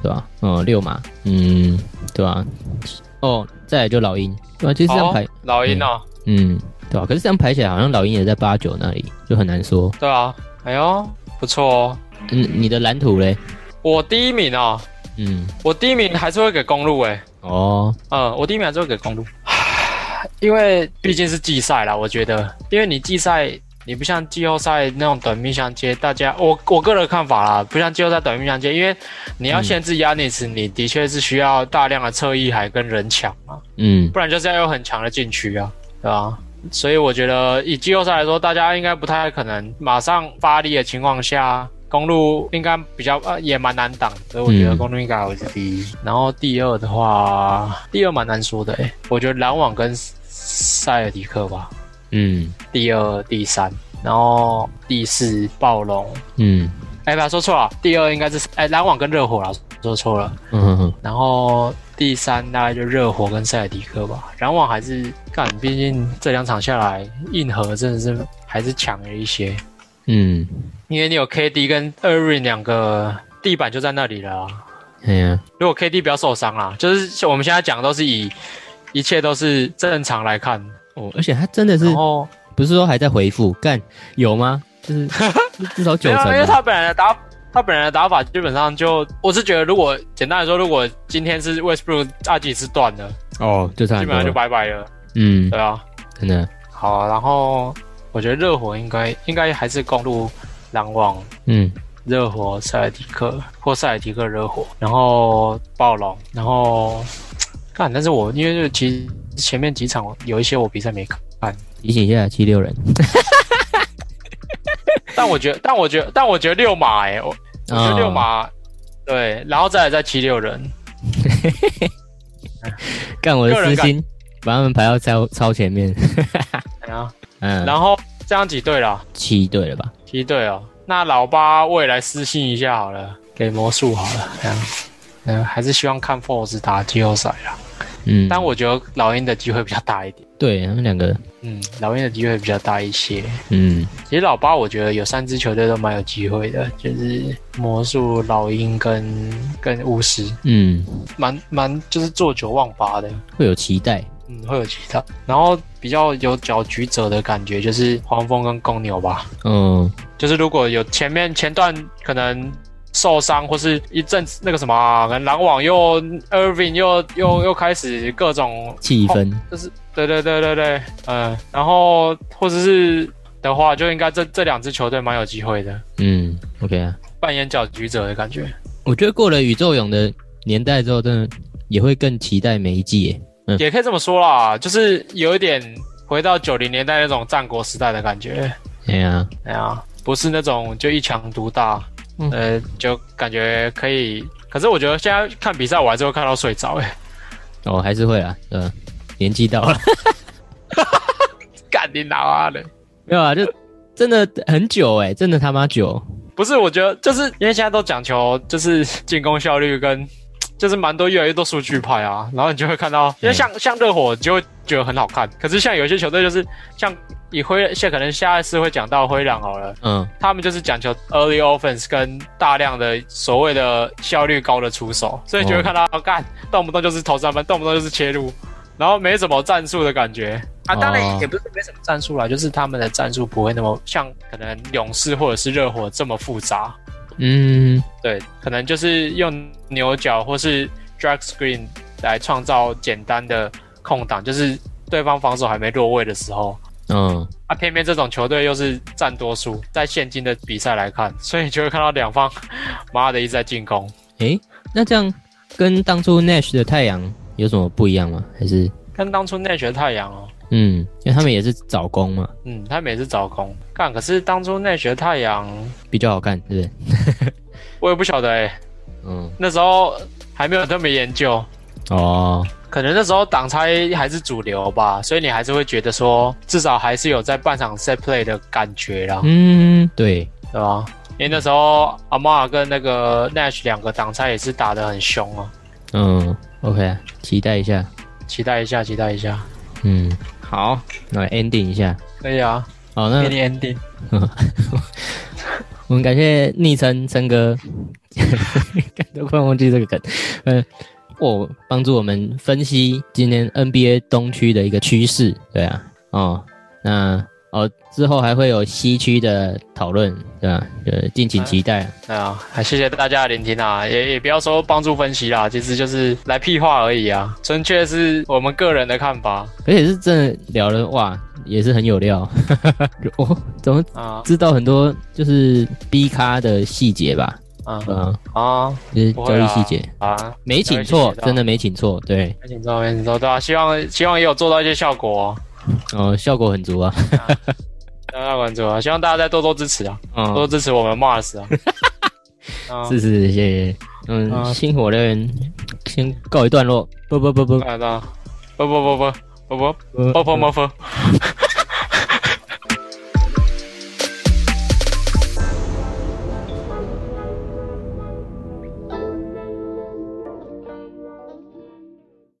Speaker 1: 对吧、嗯，六马，嗯，对吧、哦，再来就老鹰，对吧、就是这样
Speaker 2: 哦
Speaker 1: 排，，
Speaker 2: 老鹰哦，
Speaker 1: 嗯，对吧、可是这样排起来，好像老鹰也在八九那里，就很难说。
Speaker 2: 对啊，哎呦，不错哦。
Speaker 1: 嗯，你的蓝图嘞？
Speaker 2: 我第一名哦，
Speaker 1: 嗯，
Speaker 2: 我第一名还是会给公路哎、
Speaker 1: 哦，
Speaker 2: 嗯，我第一名还是会给公路， 因为毕竟是季赛啦，我觉得，因为你季赛。你不像季后赛那种短命相接，大家我我个人看法啦，不像季后赛短命相接，因为你要限制 Yanis，、你的确是需要大量的侧翼海跟人墙啊，
Speaker 1: 嗯
Speaker 2: 不然就是要有很强的禁区啊，对吧、所以我觉得以季后赛来说，大家应该不太可能马上发力的情况下，公路应该比较呃也蛮难挡，所以我觉得
Speaker 1: 嗯
Speaker 2: 公路应该还会是第一。然后第二的话，第二蛮难说的诶、欸我觉得篮网跟塞尔迪克吧，
Speaker 1: 嗯
Speaker 2: 第二、第三，然后第四暴龙，
Speaker 1: 嗯
Speaker 2: 哎，不说错了，第二应该是哎篮网跟热火啦，说错了。
Speaker 1: 嗯哼哼
Speaker 2: 然后第三大概就热火跟塞尔迪克吧，篮网还是干，毕竟这两场下来硬核真的是还是强了一些，
Speaker 1: 嗯，
Speaker 2: 因为你有 KD 跟 Irving 两个地板就在那里了啊、
Speaker 1: 哎呀，
Speaker 2: 如果 KD 不要受伤啦，就是我们现在讲的都是以一切都是正常来看，
Speaker 1: 哦，而且他真的是
Speaker 2: 然后
Speaker 1: 不是说还在回复？干有吗？就是 至少九
Speaker 2: 没有啊
Speaker 1: 成吧。
Speaker 2: 因为他本来的打他本来的打法基本上就，我是觉得如果简单来说，如果今天是 Westbrook 阿吉是断了，
Speaker 1: 哦，就差
Speaker 2: 基
Speaker 1: 很多
Speaker 2: 本上就
Speaker 1: 了。
Speaker 2: 拜拜了，
Speaker 1: 嗯，
Speaker 2: 对啊。
Speaker 1: 真的，
Speaker 2: 好，然后我觉得热火应该应该还是公路篮网、
Speaker 1: 嗯
Speaker 2: 热火、塞尔迪克或塞尔迪克热火，然后暴龙，然后干，但是我因为就其实前面几场有一些我比赛没看。
Speaker 1: 提醒一下七六人
Speaker 2: 但我觉得，但我觉得，但我觉得六马哎、我我
Speaker 1: 嗯
Speaker 2: 觉得六
Speaker 1: 啊
Speaker 2: 马、对，然后再来再七六人，
Speaker 1: 干我的
Speaker 2: 个
Speaker 1: 私
Speaker 2: 人感
Speaker 1: 心，把他们排到超超前 面。
Speaker 2: 哎呀，
Speaker 1: 嗯，
Speaker 2: 然后这样几队啦？
Speaker 1: 七队了吧？
Speaker 2: 七队哦。那老八未来私信一下好了，给魔术好了，这样，嗯，还是希望看 Force 打季后赛啊啦。
Speaker 1: 嗯，
Speaker 2: 但我觉得老鹰的机会比较大一点。
Speaker 1: 对他们两个，
Speaker 2: 嗯，老鹰的机会比较大一些。
Speaker 1: 嗯
Speaker 2: 其实老八我觉得有三支球队都蛮有机会的，就是魔术、老鹰跟跟巫师，
Speaker 1: 嗯，
Speaker 2: 蛮蛮就是做九望八的。
Speaker 1: 会有期待。
Speaker 2: 嗯，会有其他，然后比较有搅局者的感觉，就是黄蜂跟公牛吧。
Speaker 1: 嗯
Speaker 2: 就是如果有前面前段可能受伤，或是一阵子那个什么啊、可能篮网又 Irving 又又又开始各种
Speaker 1: 气氛，
Speaker 2: 就是对对对对对，嗯，然后或者是的话，就应该这这两支球队蛮有机会的，
Speaker 1: 嗯，OK 啊。
Speaker 2: 扮演搅局者的感觉。
Speaker 1: 我觉得过了宇宙勇的年代之后，真的也会更期待每一季耶。
Speaker 2: 也可以这么说啦，就是有一点回到九零年代那种战国时代的感觉，
Speaker 1: 哎呀，
Speaker 2: 哎呀，不是那种就一强独大，
Speaker 1: 嗯
Speaker 2: 呃，就感觉可以。可是我觉得现在看比赛，我还是会看到睡着、欸，哎，
Speaker 1: 哦，还是会啦，嗯，年纪到了，
Speaker 2: 干你老啊的！
Speaker 1: 没有啊，就真的很久哎，真的他妈久。
Speaker 2: 不是，我觉得就是因为现在都讲求就是 进攻效率跟就是蛮多越来越多数据派啊，然后你就会看到，因为像、像热火你就会觉得很好看，可是像有一些球队就是像以灰，现可能下一次会讲到灰狼好了，
Speaker 1: 嗯
Speaker 2: 他们就是讲求 early offense 跟大量的所谓的效率高的出手，所以你就会看到哦干、动不动就是投三分，动不动就是切入。然后没什么战术的感觉啊，当
Speaker 1: 哦
Speaker 2: 然也不是没什么战术啦，就是他们的战术不会那么像可能勇士或者是热火这么复杂，
Speaker 1: 嗯
Speaker 2: 对，可能就是用牛角或是 drag screen 来创造简单的空档，就是对方防守还没落位的时候。
Speaker 1: 嗯，
Speaker 2: 啊，偏偏这种球队又是占多数，在现今的比赛来看，所以你就会看到两方妈的一直在进攻。
Speaker 1: 诶，那这样跟当初 Nash 的太阳有什么不一样吗？还是
Speaker 2: 跟当初内学太阳哦，
Speaker 1: 嗯，因为他们也是早攻嘛，
Speaker 2: 嗯，他每次找攻干，可是当初内学太阳，
Speaker 1: 比较好看，对不对？
Speaker 2: 我也不晓得哎、
Speaker 1: 嗯，
Speaker 2: 那时候还没有特别研究，
Speaker 1: 哦，
Speaker 2: 可能那时候挡拆还是主流吧，所以你还是会觉得说，至少还是有在半场 set play 的感觉啦，
Speaker 1: 嗯，对，
Speaker 2: 对吧？因为那时候阿玛跟那个 Nash 两个挡拆也是打得很凶啊，
Speaker 1: 嗯，OK，啊期待一下，
Speaker 2: 期待一下，期待一下，
Speaker 1: 嗯，好，那来 ending 一下，
Speaker 2: 可以啊，
Speaker 1: 好，
Speaker 2: 给
Speaker 1: 那
Speaker 2: 你 ending。
Speaker 1: 我们感谢昵称森哥， 都快忘记这个梗，嗯，我帮助我们分析今天 NBA 东区的一个趋势，对啊，哦，那哦之后还会有西区的讨论，对吧？就敬请期待。
Speaker 2: 对啊，还谢谢大家的聆听啊，也也不要说帮助分析啦，其实就是来屁话而已啊，纯粹是我们个人的看法
Speaker 1: 而且是真的聊了哇，也是很有料。 哦，怎么
Speaker 2: 啊
Speaker 1: 知道很多就是 B 咖的细节吧？
Speaker 2: 啊
Speaker 1: 啊，
Speaker 2: 啊
Speaker 1: 就是
Speaker 2: 不
Speaker 1: 交
Speaker 2: 会
Speaker 1: 易
Speaker 2: 啦
Speaker 1: 细节，
Speaker 2: 啊！
Speaker 1: 没请
Speaker 2: 交易
Speaker 1: 错
Speaker 2: 细节，的啊
Speaker 1: 真的没请错。对，
Speaker 2: 没请错，没请错，对啊，希望希望也有做到一些效果、哦，
Speaker 1: 哦，效果很足啊。
Speaker 2: 大家关注啊，希望大家再多多支持啊，多多
Speaker 1: 哦，
Speaker 2: 支持我们 Mars 啊。啊，
Speaker 1: 是是，谢谢。嗯，
Speaker 2: 啊
Speaker 1: 星火乐园先告一段落。不不不不，
Speaker 2: 看到，不不不不不不不
Speaker 1: 不
Speaker 2: 不不不，